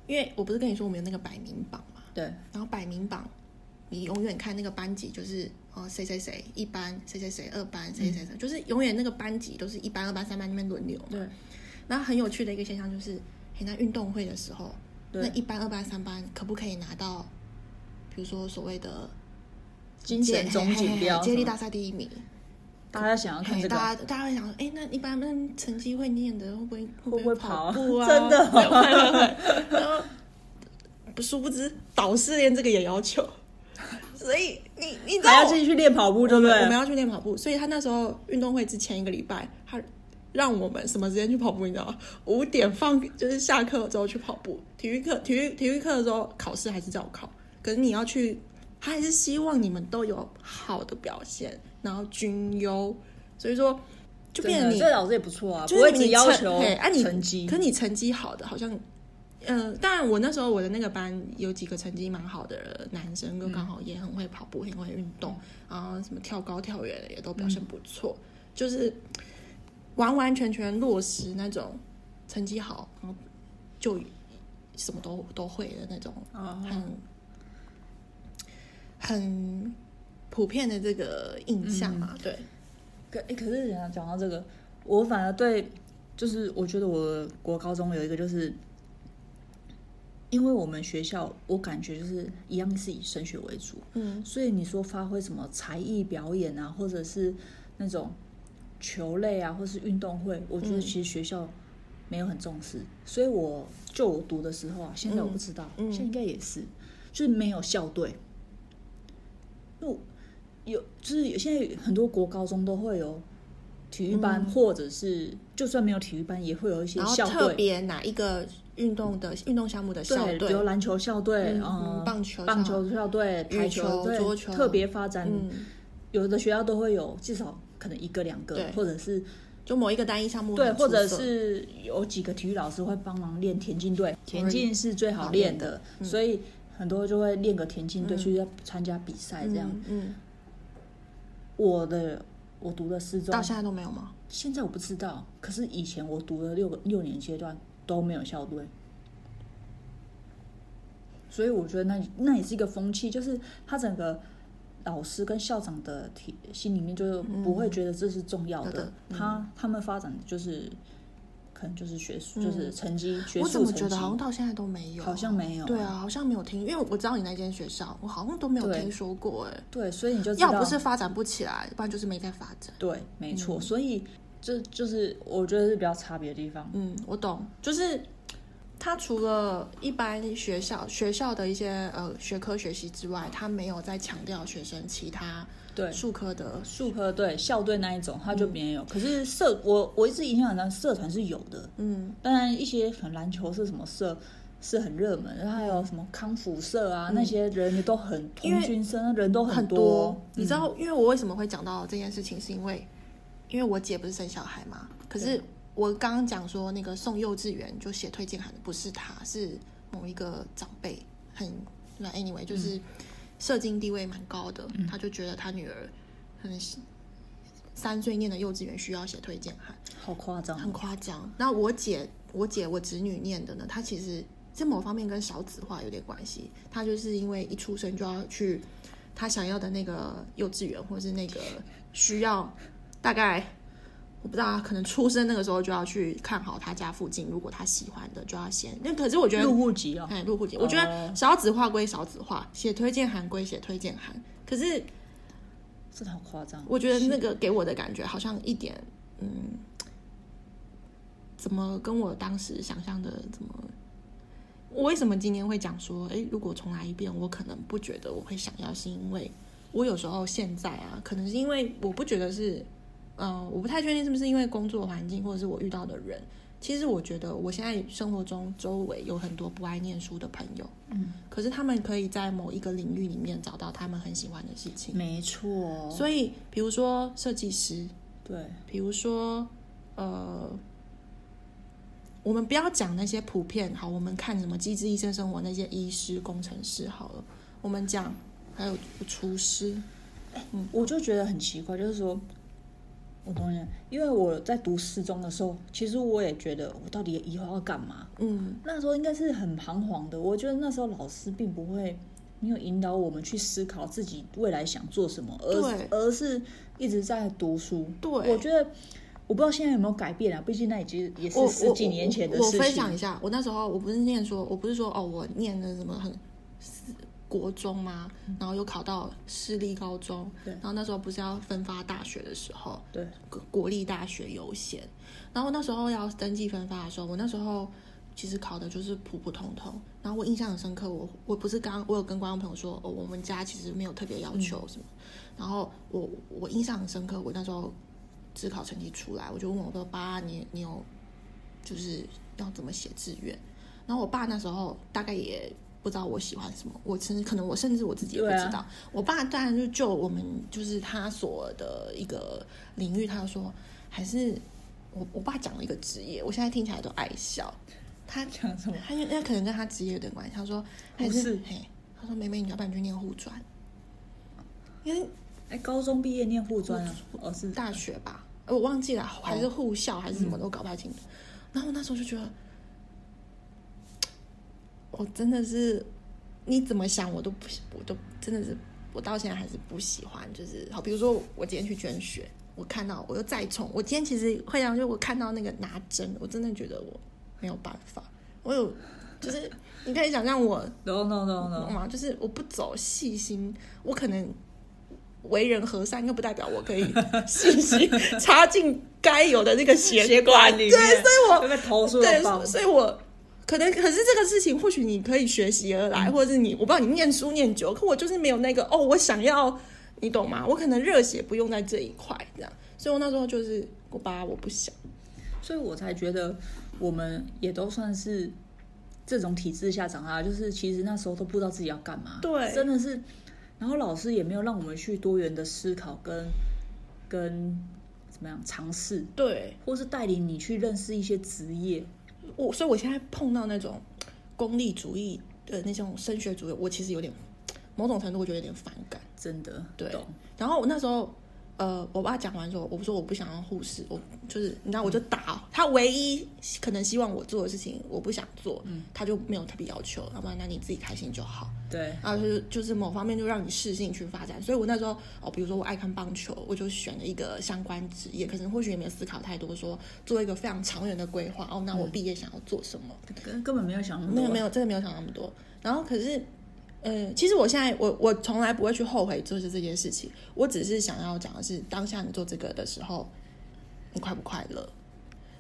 S2: 因为我不是跟你说我们有那个百名榜嘛，
S3: 对，
S2: 然后百名榜，你永远看那个班级就是哦谁谁谁一班，谁谁谁二班，谁谁谁，就是永远那个班级都是一班、二班、三班那边轮流嘛。
S3: 嗯对。
S2: 然后很有趣的一个现象就是，嘿，那运动会的时候，
S3: 对
S2: 那一班、二班、三班可不可以拿到，比如说所谓的
S3: 精神总锦标
S2: 接力
S3: 什么
S2: 大赛第一名？
S3: 大家想要看
S2: 嘿
S3: 这个，
S2: 哎大家大家会想说，哎、那一般那成绩会念的会不会会
S3: 会不会
S2: 跑
S3: 跑？
S2: 步啊？
S3: 真 的
S2: 会会会然后不殊不知导师连这个也要求，所以你你知
S3: 还
S2: 道
S3: 要自己去练跑 步，对不
S2: 我们
S3: 对？
S2: 要去练跑步，所以他那时候运动会之前一个礼拜，他让我们什么时间去跑步，你知道吗？五点放就是下课之后去跑步，体育课体育体育课的时候考试还是照考，可是你要去，他还是希望你们都有好的表现，然后均优，所以说就变
S3: 真
S2: 成
S3: 的
S2: 你
S3: 这个老师也不错啊，
S2: 就
S3: 不
S2: 是
S3: 会
S2: 你
S3: 只
S2: 成
S3: 要求
S2: 嘿啊你
S3: 成绩
S2: 可。你成绩好的好像。呃，当然，我那时候我的那个班有几个成绩蛮好的男生，就刚好也很会跑步，很会运动，
S3: 嗯
S2: 然后什么跳高、跳远的也都表现不错，就是完完全全落实那种成绩好，然后就什么都都会的那种，
S3: 哦
S2: 很很普遍的这个印象
S3: 嗯
S2: 嘛，对，
S3: 可诶可是讲讲到这个，我反而对，就是我觉得我国高中有一个就是因为我们学校，我感觉就是一样是以升学为主，
S2: 嗯，
S3: 所以你说发挥什么才艺表演啊，或者是那种球类啊，或是运动会，我觉得其实学校没有很重视。
S2: 嗯
S3: 所以我就我读的时候啊，现在我不知道，
S2: 嗯嗯
S3: 现在应该也是，就是没有校队。就有就是有现在很多国高中都会有体育班，或者是就算没有体育班，也会有一些
S2: 然后
S3: 校
S2: 特
S3: 队。
S2: 别哪一个运动的运动项目的校
S3: 对，
S2: 队
S3: 比，如篮球校队，
S2: 嗯
S3: 嗯，
S2: 嗯棒球
S3: 棒
S2: 校
S3: 球校队、排
S2: 羽球
S3: 队、
S2: 桌球
S3: 特别发展
S2: 嗯，
S3: 有的学校都会有至少可能一个两个
S2: 对，
S3: 或者是
S2: 就某一个单一项目
S3: 对，
S2: 很出
S3: 或者
S2: 色
S3: 是有几个体育老师会帮忙练田径队，田径是最好
S2: 好
S3: 练
S2: 练
S3: 的，嗯所以很多就会练个田径队去参加比赛这样。
S2: 嗯嗯，
S3: 我的我读的四中
S2: 到，现在都没有吗？
S3: 现在我不知道，可是以前我读的六个六年阶段都没有校队。所以我觉得那那也是一个风气，就是他整个老师跟校长的体心里面就是不会觉得这是重要
S2: 好
S3: 的
S2: 嗯的，
S3: 他他们发展的就是可能就是学术，就是成绩学
S2: 嗯我怎
S3: 术
S2: 么觉
S3: 成绩
S2: 得，好像到现在都没有？
S3: 好像没有欸
S2: 对啊，好像没有听，因为我知道你那间学校，我好像都没有
S3: 对
S2: 听说过哎。
S3: 对，所以你就知道
S2: 要不是嗯发展不起来，不然就是没在发展。
S3: 对，没错，所以这就是我觉得是比较差别的地方，
S2: 嗯，我懂，就是他除了一般学校学校的一些呃学科学习之外，他没有在强调学生其他
S3: 对。
S2: 数科的。
S3: 术科对校队那一种，他就没有。可是社，我我一直印象很深，社团是有的。
S2: 嗯，
S3: 当然，一些很篮球是什么社是很热门，然后还有什么康复社啊，那些人也都很
S2: 因
S3: 同
S2: 为
S3: 军生，人都
S2: 嗯很
S3: 多。嗯多
S2: 你知道，因为我为什么会讲到这件事情，是因为因为我姐不是生小孩嘛，可是我刚刚讲说那个送幼稚园就写推荐函的不是她，是某一个长辈，很那 anyway
S3: 嗯
S2: 就是社经地位蛮高的，他就觉得他女儿很三岁念的幼稚园需要写推荐函，
S3: 好夸张
S2: 很
S3: 哦，
S2: 夸张。那我姐，我姐我侄女念的呢，她其实在某方面跟少子化有点关系。她就是因为一出生就要去她想要的那个幼稚园，或是那个需要大概我不知道啊，可能出生那个时候就要去看好她家附近，如果她喜欢的就要先。那可是我觉得
S3: 入户籍哦。
S2: 哎，入户籍，我觉
S3: 哦
S2: 得少子化归少子化，写推荐函归写推荐函，可是
S3: 真的好夸张。哦
S2: 我觉得那个给我的感觉好像一点，嗯，怎么跟我当时想象的怎么？我为什么今天会讲说，诶，如果重来一遍，我可能不觉得我会想要，是因为我有时候现在啊，可能是因为我不觉得是，嗯、我不太确定是不是因为工作环境或者是我遇到的人。其实我觉得我现在生活中周围有很多不爱念书的朋友，
S3: 嗯，
S2: 可是他们可以在某一个领域里面找到他们很喜欢的事情。
S3: 没错，哦
S2: 所以，比如说设计师，
S3: 对
S2: 比如说呃，我们不要讲那些普遍好，我们看什么《机智医生生活》那些医师、工程师好了，我们讲还有厨师，
S3: 我就觉得很奇怪，就是说，我同学，因为我在读四中的时候，其实我也觉得我到底以后要干嘛？
S2: 嗯，
S3: 那时候应该是很彷徨的。我觉得那时候老师并不会没有引导我们去思考自己未来想做什么，而
S2: 对
S3: 而是一直在读书。
S2: 对
S3: 我觉得我不知道现在有没有改变啊，毕竟那已经也
S2: 我
S3: 是十几年前的
S2: 我我
S3: 事
S2: 我
S3: 情。
S2: 分享一下，我那时候我不是念说，我不是说哦，我念的什么很私国中嘛，然后又考到私立高中，
S3: 对
S2: 然后那时候不是要分发大学的时候，
S3: 对，
S2: 国国立大学优先。然后那时候要登记分发的时候，我那时候其实考的就是普普通通。然后我印象很深刻，我我不是刚我有跟观众朋友说，哦，我们家其实没有特别要求什么。然后我我印象很深刻，我那时候自考成绩出来，我就问我爸爸，你你有就是要怎么写志愿？然后我爸那时候大概也不知道我喜欢什么，我甚至可能我甚至我自己也不
S3: 对啊
S2: 知道。我爸当然就就我们就是他所的一个领域，他就说还是我我爸讲了一个职业，我现在听起来都爱笑。他
S3: 讲什么
S2: 他就那可能跟他职业有点关系。他说还
S3: 护士
S2: 是嘿，他说妹妹，你要不然去念护专，因为
S3: 哎，高中毕业念护专啊，哦是
S2: 大学吧，呃我忘记了，还是护校还是什么都搞不太清楚。然后我那时候就觉得，我真的是你怎么想我都不，我都真的是我到现在还是不喜欢。就是好，比如说我今天去捐血，我看到我又再冲，我今天其实会讲，就我看到那个拿针，我真的觉得我没有办法，我有就是你可以想象我
S3: ，no no no
S2: 懂
S3: no，
S2: 吗？就是我不走细心，我可能为人和善，又不代表我 可以细心插进该有的那个血
S3: 血
S2: 管
S3: 管里面
S2: 对，所以我
S3: 会被投诉
S2: 对，
S3: 的爆
S2: 所。所以我可能可是这个事情，或许你可以学习而
S3: 嗯
S2: 来，或者是你我不知道你念书念久，可我就是没有那个哦，我想要你懂吗？我可能热血不用在这一块这样，所以我那时候就是我爸我不想，
S3: 所以我才觉得我们也都算是这种体制下长大，就是其实那时候都不知道自己要干嘛，
S2: 对
S3: 真的是。然后老师也没有让我们去多元的思考跟跟怎么样尝试，
S2: 对
S3: 或是带领你去认识一些职业，
S2: 我，所以我现在碰到那种功利主义的那种升学主义，我其实有点某种程度我觉得有点反感。
S3: 真的
S2: 对
S3: 懂。
S2: 然后我那时候，呃，我爸讲完之后，我不说我不想要护士，我就是你知道，我就打他唯一可能希望我做的事情，我不想做，他就没有特别要求，要不然那你自己开心就好。
S3: 对，
S2: 然后就是就是某方面就让你适性去发展。所以我那时候哦，比如说我爱看棒球，我就选了一个相关职业，可能或许也没有思考太多，说做一个非常长远的规划。哦，那我毕业想要做什么？
S3: 根根本没有想那么
S2: 没
S3: 多，
S2: 有没
S3: 有，
S2: 有，真的没有想那么多。然后可是，呃，其实我现在我我从来不会去后悔做是这件事情，我只是想要讲的是，当下你做这个的时候，你快不快乐？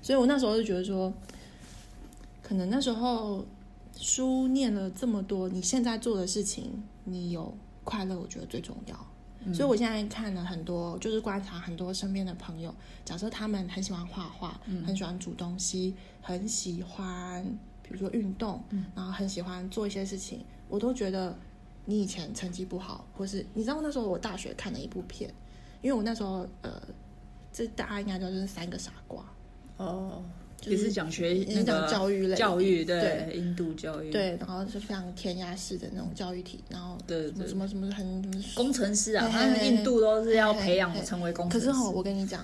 S2: 所以我那时候就觉得说，可能那时候书念了这么多，你现在做的事情，你有快乐，我觉得最重要。所以我现在看了很多，就是观察很多身边的朋友，假设他们很喜欢画画，
S3: 嗯
S2: 很喜欢煮东西，很喜欢比如说运动，
S3: 嗯
S2: 然后很喜欢做一些事情，我都觉得你以前成绩不好，或是你知道那时候我大学看了一部片，因为我那时候呃，这大家应该知道就是三个傻瓜，
S3: 哦，
S2: 就是
S3: 也是讲学
S2: 也
S3: 那
S2: 是
S3: 个
S2: 讲教育类的
S3: 教育
S2: 对
S3: 对印度教育，
S2: 对，然后是非常填鸭式的那种教育体，然后
S3: 对
S2: 什么
S3: 对
S2: 什么什么很什么
S3: 工程师啊，
S2: 嘿嘿
S3: 他们印度都是要
S2: 嘿嘿
S3: 培养
S2: 嘿
S3: 成为工
S2: 可
S3: 程师。
S2: 是哦，我跟你讲，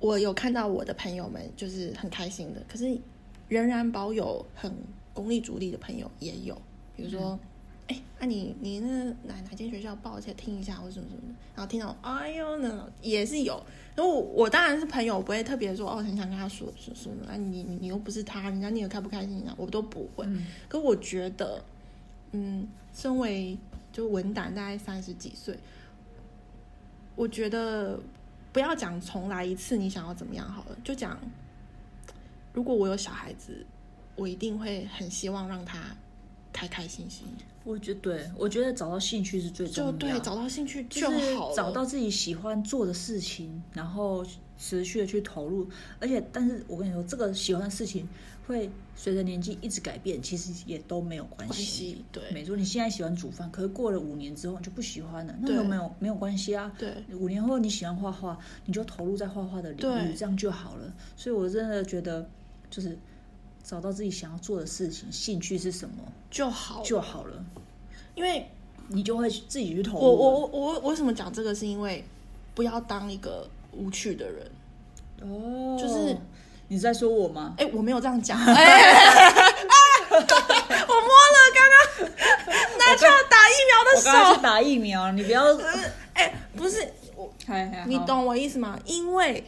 S2: 我有看到我的朋友们就是很开心的，可是仍然保有很功利主义的朋友也有，比如说，哎、那、你你那哪哪间学校报一下听一下或者什么什么的，然后听到哎呦呢也是有，然后我我当然是朋友，我不会特别说哦很想跟他说说什么，啊你你你又不是他，人家你有开不开心啊，我都不会。
S3: 嗯
S2: 可我觉得，嗯，身为就文胆大概三十几岁，我觉得不要讲重来一次，你想要怎么样好了，就讲，如果我有小孩子，我一定会很希望让他开开心心，
S3: 我觉得对，我觉得找到兴趣是最重
S2: 就
S3: 要
S2: 对，找到兴趣
S3: 就
S2: 就是好了，
S3: 找到自己喜欢做的事情，然后持续的去投入。而且，但是我跟你说，这个喜欢的事情会随着年纪一直改变，其实也都没有关
S2: 关
S3: 系。
S2: 系，对
S3: 没错，你现在喜欢煮饭，可是过了五年之后你就不喜欢了，那
S2: 对
S3: 都没有没有关系啊。
S2: 对
S3: 五年后你喜欢画画，你就投入在画画的领
S2: 对
S3: 域，这样就好了。所以我真的觉得，就是找到自己想要做的事情，兴趣是什么
S2: 就好了，
S3: 就好了，
S2: 因为
S3: 你就会自己去投入
S2: 我
S3: 了。
S2: 我我我我为什么讲这个，是因为不要当一个无趣的人。
S3: 哦，
S2: 就是
S3: 你在说我吗？
S2: 哎、我没有这样 讲。哎、哎我摸了刚刚那就打
S3: 我刚刚
S2: 疫苗的
S3: 去
S2: 手。
S3: 打疫苗，你不 要，
S2: 哎、不是，我
S3: 嗨嗨
S2: 你
S3: 好
S2: 懂我意思吗？因为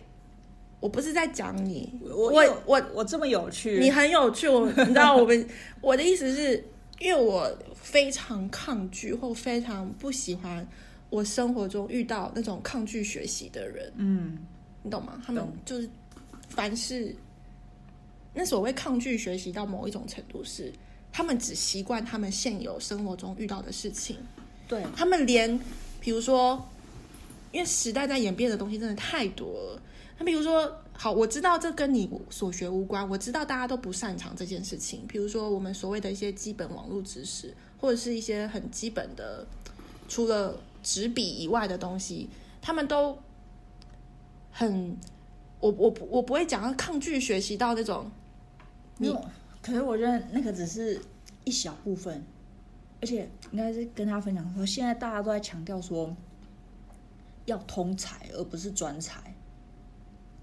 S2: 我不是在讲你，
S3: 我
S2: 我
S3: 我
S2: 我
S3: 我这么有趣，
S2: 你很有趣，我你知道我们 我的意思是，因为我非常抗拒或非常不喜欢我生活中遇到那种抗拒学习的人。
S3: 嗯，
S2: 你懂吗？他们
S3: 懂
S2: 就是凡是那所谓抗拒学习到某一种程度是，他们只习惯他们现有生活中遇到的事情，
S3: 对，
S2: 他们连比如说，因为时代在演变的东西真的太多了。那比如说，好，我知道这跟你所学无关，我知道大家都不擅长这件事情。比如说，我们所谓的一些基本网络知识，或者是一些很基本的，除了纸笔以外的东西，他们都很，我我不我不会讲要抗拒学习到那种，你
S3: 你，可是我觉得那个只是一小部分，而且应该是跟他分享说，现在大家都在强调说要通才，而不是专才，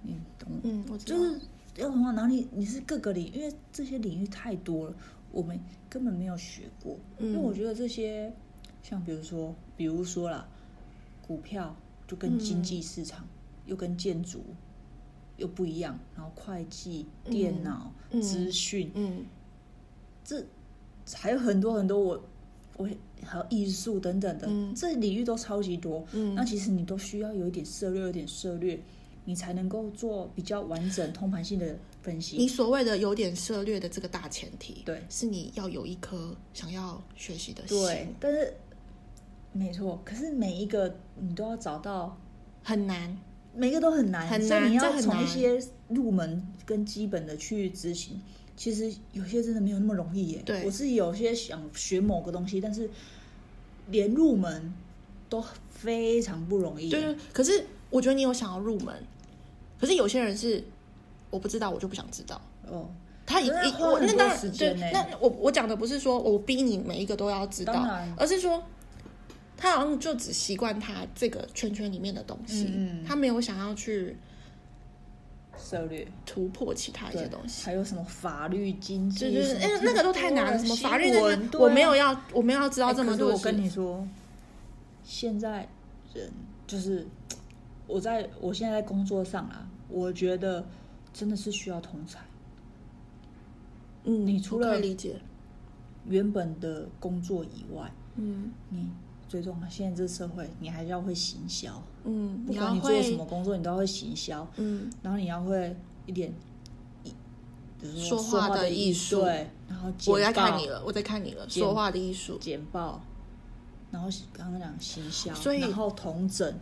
S3: 你懂我
S2: 嗯，我知道
S3: 就是要很好，然后你你是各个领域，因为这些领域太多了，我们根本没有学过。因为我觉得这些，像比如说，比如说啦，股票就跟经济市场、又跟建筑又不一样，然后会计、电脑、
S2: 嗯
S3: 资讯，
S2: 嗯
S3: 这还有很多很多我我还有艺术等等的，
S2: 嗯
S3: 这领域都超级多。
S2: 嗯
S3: 那其实你都需要有一点涉略，有一点涉略，你才能够做比较完整、通盘性的分
S2: 你
S3: 析。
S2: 所谓的有点涉略的这个大前提，
S3: 对
S2: 是你要有一颗想要学习的
S3: 对
S2: 心，，
S3: 但是没错，可是每一个你都要找到，
S2: 很难。
S3: 每一个都很难，
S2: 很
S3: 所以
S2: 难
S3: 你
S2: 这
S3: 要
S2: 很
S3: 从一
S2: 难
S3: 些入门跟基本的去执行。其实有些真的没有那么容易耶。
S2: 对
S3: 我自己有些想学某个东西，但是连入门都非常不容易。
S2: 对对，可是我觉得你有想要入门，可是有些人是我不知道，我就不想知道。
S3: 哦，
S2: 他一
S3: 可是
S2: 一
S3: 要花
S2: 我
S3: 很
S2: 那
S3: 多
S2: 当然
S3: 时
S2: 对
S3: 间呢，
S2: 那我我讲的不是说我逼你每一个都要知
S3: 当
S2: 道
S3: 然，
S2: 而是说他好像就只习惯他这个圈圈里面的东西，
S3: 嗯嗯
S2: 他没有想要去
S3: 策略。
S2: 突破其他一些
S3: 对
S2: 东西。
S3: 还有什么法律、经
S2: 就
S3: 济，
S2: 就是，哎、那个都太难了，什么法律那
S3: 文，
S2: 个，
S3: 对
S2: 我
S3: 啊
S2: 没有要，我没有要知道
S3: 哎
S2: 这么
S3: 可是
S2: 多
S3: 我
S2: 事
S3: 跟你说，现在人就是我在我现在在工作上啊，我觉得真的是需要同才。
S2: 嗯，
S3: 你除
S2: 我可
S3: 了
S2: 以理解，
S3: 原本的工作以外，
S2: 嗯
S3: 你最重要，现在这社会你还是要会行销，
S2: 嗯，
S3: 不
S2: 要
S3: 管你做
S2: 会
S3: 什么，工作，你都要会行销，
S2: 嗯
S3: 然后你要会一点。比如
S2: 说
S3: 说
S2: 话的
S3: 的
S2: 艺术
S3: 对，然后
S2: 我在
S3: 简
S2: 看
S3: 报
S2: 你了，我在看你了，
S3: 简
S2: 说话的艺术，
S3: 简报，然后刚刚讲行销，
S2: 所以
S3: 然后统整、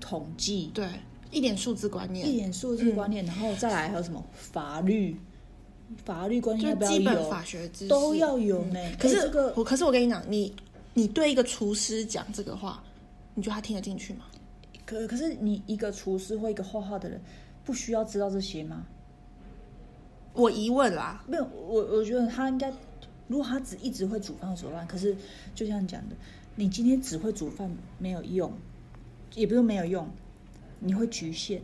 S3: 统计，
S2: 对，嗯一点数字观
S3: 一
S2: 念，
S3: 点数字观念，然后再来还有什么法律，法律观念要不
S2: 就
S3: 要
S2: 基本
S3: 有？
S2: 法学知识嗯
S3: 都要有呢
S2: 可是
S3: 哎这个
S2: 我，可是我跟你讲，你你对一个厨师讲这个话，你觉得他听得进去吗？
S3: 可可是你一个厨师或一个画画的人，不需要知道这些吗？
S2: 我疑问啦，
S3: 没有，我我觉得他应该，如果他只一直会煮饭煮饭，可是就像你讲的，你今天只会煮饭没有用，也不是没有用，你会局限，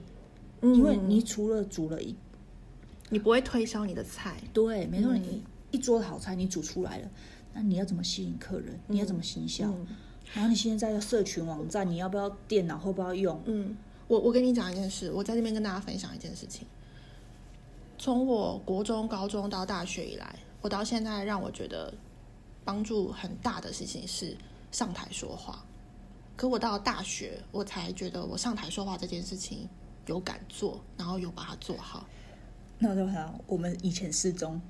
S2: 嗯
S3: 因为你除了煮了一
S2: 你不会推销你的菜，
S3: 对，没错，你一桌的好菜你煮出来了，那你要怎么吸引客人？你要怎么行销？
S2: 嗯
S3: 然后你现在要社群网站，你要不要电脑会不要用？
S2: 嗯，我我跟你讲一件事，我在这边跟大家分享一件事情。从我国中、高中到大学以来，我到现在让我觉得帮助很大的事情是上台说话。可我到大学，我才觉得我上台说话这件事情有敢做，然后有把它做好。
S3: 那我就想，我们以前四中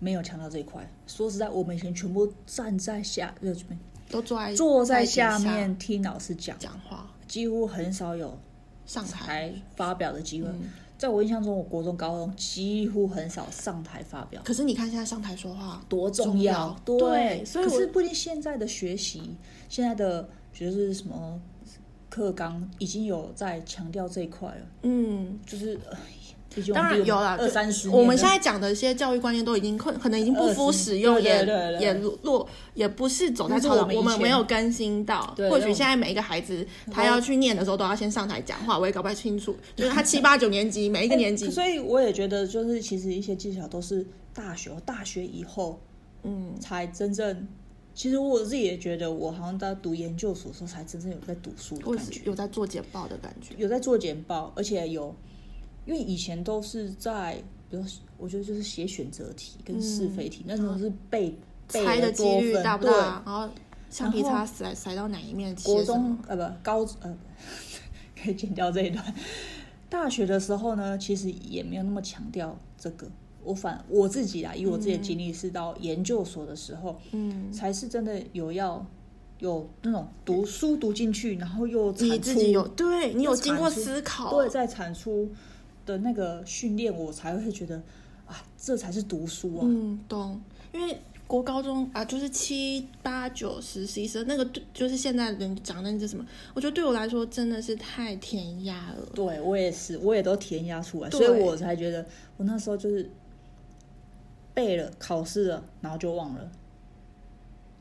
S3: 没有强调这一块。说实在，我们以前全部站在下，呃，什么
S2: 都坐在
S3: 坐在
S2: 底
S3: 下面听老师讲，
S2: 讲话，
S3: 几乎很少有
S2: 上台
S3: 台发表的机会。
S2: 嗯
S3: 在我印象中，我国中、高中几乎很少上台发表。
S2: 可是你看现在上台说话
S3: 多重要，
S2: 重对，所以
S3: 可
S2: 我
S3: 是不一定现在的学习，现在的就是什么课纲已经有在强调这一块了，
S2: 嗯，
S3: 就是呃毕竟我
S2: 当
S3: 们
S2: 然
S3: 比
S2: 有
S3: 我
S2: 啦，
S3: 们二
S2: 可
S3: 三十年的，
S2: 我们现在讲的一些教育观念都已经可可能已经不敷
S3: 20
S2: 使用，也
S3: 对对对
S2: 也落也不是走在
S3: 那是
S2: 潮流
S3: 我，们
S2: 我
S3: 以
S2: 们
S3: 前
S2: 没有更新到。
S3: 对
S2: 或
S3: 那
S2: 许
S3: 我
S2: 现在每一个孩子他要去念的时候都要先上台讲话，我也搞不太清 楚，就是他七八九年级每一个
S3: 哎
S2: 年级，
S3: 所以我也觉得就是其实一些技巧都是大学大学以后
S2: 嗯，
S3: 才真正。其实我自己也觉得，我好像在读研究所的时候才真正有在读书的
S2: 我
S3: 感
S2: 是
S3: 觉。
S2: 有在做简报的感觉。
S3: 有在做简报，而且有，因为以前都是在，比如我觉得就是写选择题跟是非题，那种是背背
S2: 嗯猜的
S3: 得
S2: 几
S3: 多
S2: 率
S3: 分
S2: 大不
S3: 对
S2: 大？然后橡皮
S3: 然
S2: 擦
S3: 后
S2: 塞塞到哪一面？写
S3: 国
S2: 什么
S3: 中呃不高呃， 可以剪掉这一段。大学的时候呢，其实也没有那么强调这个。我反我自己啦，啊以我自己的经历是到研究所的时候，
S2: 嗯，
S3: 才是真的有要有那种读书读进去，然后又
S2: 你
S3: 产
S2: 自
S3: 出
S2: 己有对你有
S3: 产
S2: 经过
S3: 出
S2: 思考，
S3: 对，在产出的那个训练，我才会觉得啊，这才是读书啊。
S2: 嗯，懂。因为国高中啊，就是七八九十十一十二那个对，就是现在人讲的那些什么，我觉得对我来说真的是太填鸭了。
S3: 对我也是，我也都填压出来，
S2: 对
S3: 所以我才觉得我那时候就是背了考试了，然后就忘了，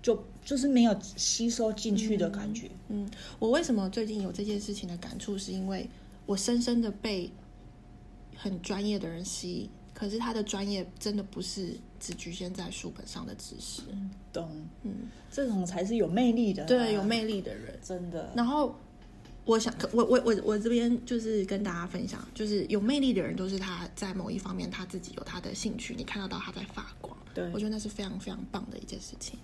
S3: 就就是没有吸收进去的感觉。
S2: 嗯，我为什么最近有这件事情的感触，是因为我深深的被很专业的人吸引，可是他的专业真的不是只局限在书本上的知识，
S3: 懂，
S2: 嗯，
S3: 这种才是有魅力的、
S2: 对，有，魅力的人。
S3: 真的。
S2: 然后我想，可我我我我这边就是跟大家分享，就是有魅力的人，都是他在某一方面他自己有他的兴趣，你看得到他在发光。
S3: 对嗯
S2: 我觉得那是非常非常棒的一件事情。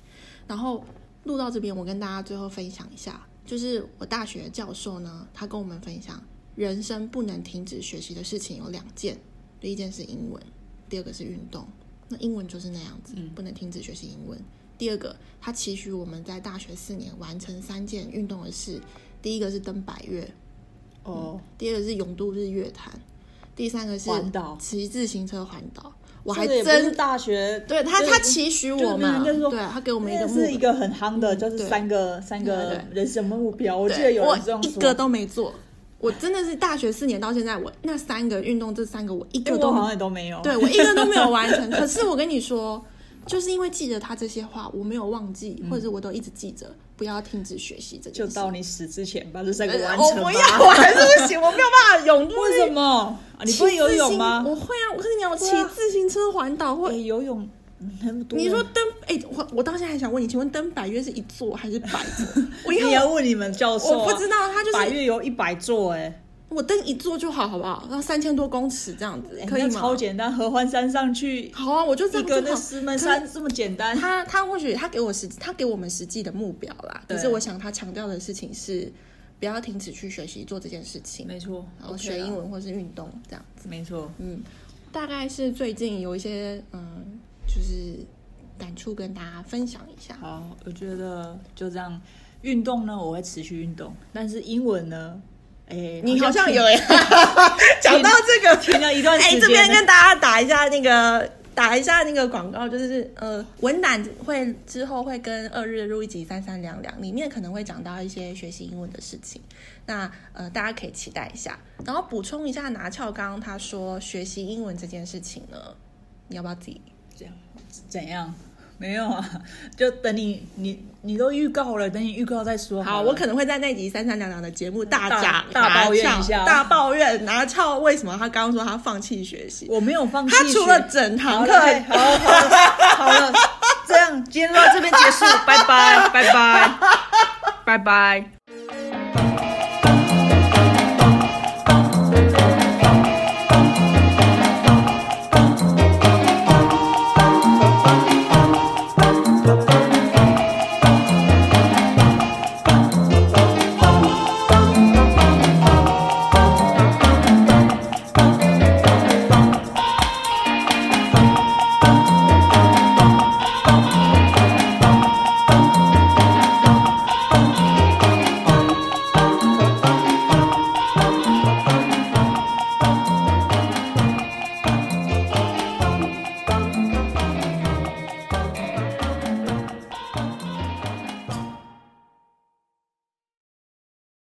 S2: 然后录到这边，我跟大家最后分享一下，就是我大学教授呢，他跟我们分享，人生不能停止学习的事情有两件，第一件是英文，第二个是运动。那英文就是那样子，
S3: 嗯
S2: 不能停止学习英文。第二个，他期许我们在大学四年完成三件运动的事，第一个是登百越，
S3: 哦，
S2: 第二个是勇渡日月潭，第三个是
S3: 环岛
S2: 骑自行车环岛。我还
S3: 这个也不是
S2: 真
S3: 大学，
S2: 对他，
S3: 这
S2: 他期许我
S3: 就是
S2: 们，
S3: 应该说
S2: 对他给我们一个
S3: 那
S2: 目
S3: 是一
S2: 标，嗯
S3: 个很夯的，就是
S2: 对
S3: 三个三
S2: 对
S3: 个
S2: 对
S3: 人生目标。我
S2: 我
S3: 记得有
S2: 我
S3: 人这样
S2: 一
S3: 说，
S2: 个都没做。我真的是大学四年到现在，我那三个运动这三个我一
S3: 哎
S2: 个都
S3: 我好
S2: 没
S3: 像也都没有。
S2: 对我一个都没有完成。可是我跟你说，就是因为记得他这些话，我没有忘记，或者是我都一直记着，不要停止学习这件
S3: 嗯就
S2: 事。
S3: 到你死之前把这三个
S2: 呃
S3: 完
S2: 我
S3: 成吧。
S2: 不要，我还是不行，我没有办法永
S3: 为什么？啊你不会游泳吗？
S2: 我会啊，我跟你讲，我骑
S3: 对啊
S2: 自行车环岛或
S3: 哎游泳嗯很多。
S2: 你说登哎、我我到现在还想问你，请问登百越是一座还是百 座？我因
S3: 你
S2: 为
S3: 要
S2: 我
S3: 问你们教授啊、
S2: 我不知道，他就
S3: 百
S2: 是
S3: 越有一百座哎、
S2: 我登一座就好，好不好？然后三千多公尺这样子
S3: 哎，
S2: 可以
S3: 那
S2: 吗？
S3: 超简单，合欢山上去
S2: 好啊，我就这
S3: 一
S2: 样就
S3: 个那
S2: 好。
S3: 石门
S2: 可
S3: 山
S2: 是
S3: 这么简单。
S2: 他他或许他给我实他给我们实际的目标啦，可
S3: 对
S2: 是我想他强调的事情是不要停止去学习做这件事情，
S3: 没错，
S2: 然后
S3: OK
S2: 学
S3: 啦
S2: 英，文或是运动这样。
S3: 没错，
S2: 嗯，大概是最近有一些嗯，就是感触跟大家分享一下。
S3: 好，我觉得就这样。运动呢，我会持续运动，但是英文呢，哎、
S2: 你好像
S3: 停
S2: 有耶 讲到这个，
S3: 停了一段时
S2: 哎、
S3: 间了。
S2: 这边跟大家打一下那个打一下那个广告，就是呃，文胆会之后会跟二日录一集三三两两，里面可能会讲到一些学习英文的事情，那呃大家可以期待一下。然后补充一下，拿翘刚刚他说学习英文这件事情呢，你要不要自己？
S3: 这样怎样？没有啊， 就等你你你都预告了，等你预告再说
S2: 好，
S3: 了
S2: 我可能会在那集三三两两的节目大
S3: 大
S2: 讲
S3: 大抱怨
S2: 拿翘
S3: 一下
S2: 大抱怨拿翘为什么他刚刚说他放弃学习，
S3: 我没有放弃
S2: 他
S3: 学。
S2: 除了整堂
S3: 好
S2: 课
S3: 了，哎好了好了好了，这样今天就到这边结束，拜拜拜拜拜拜。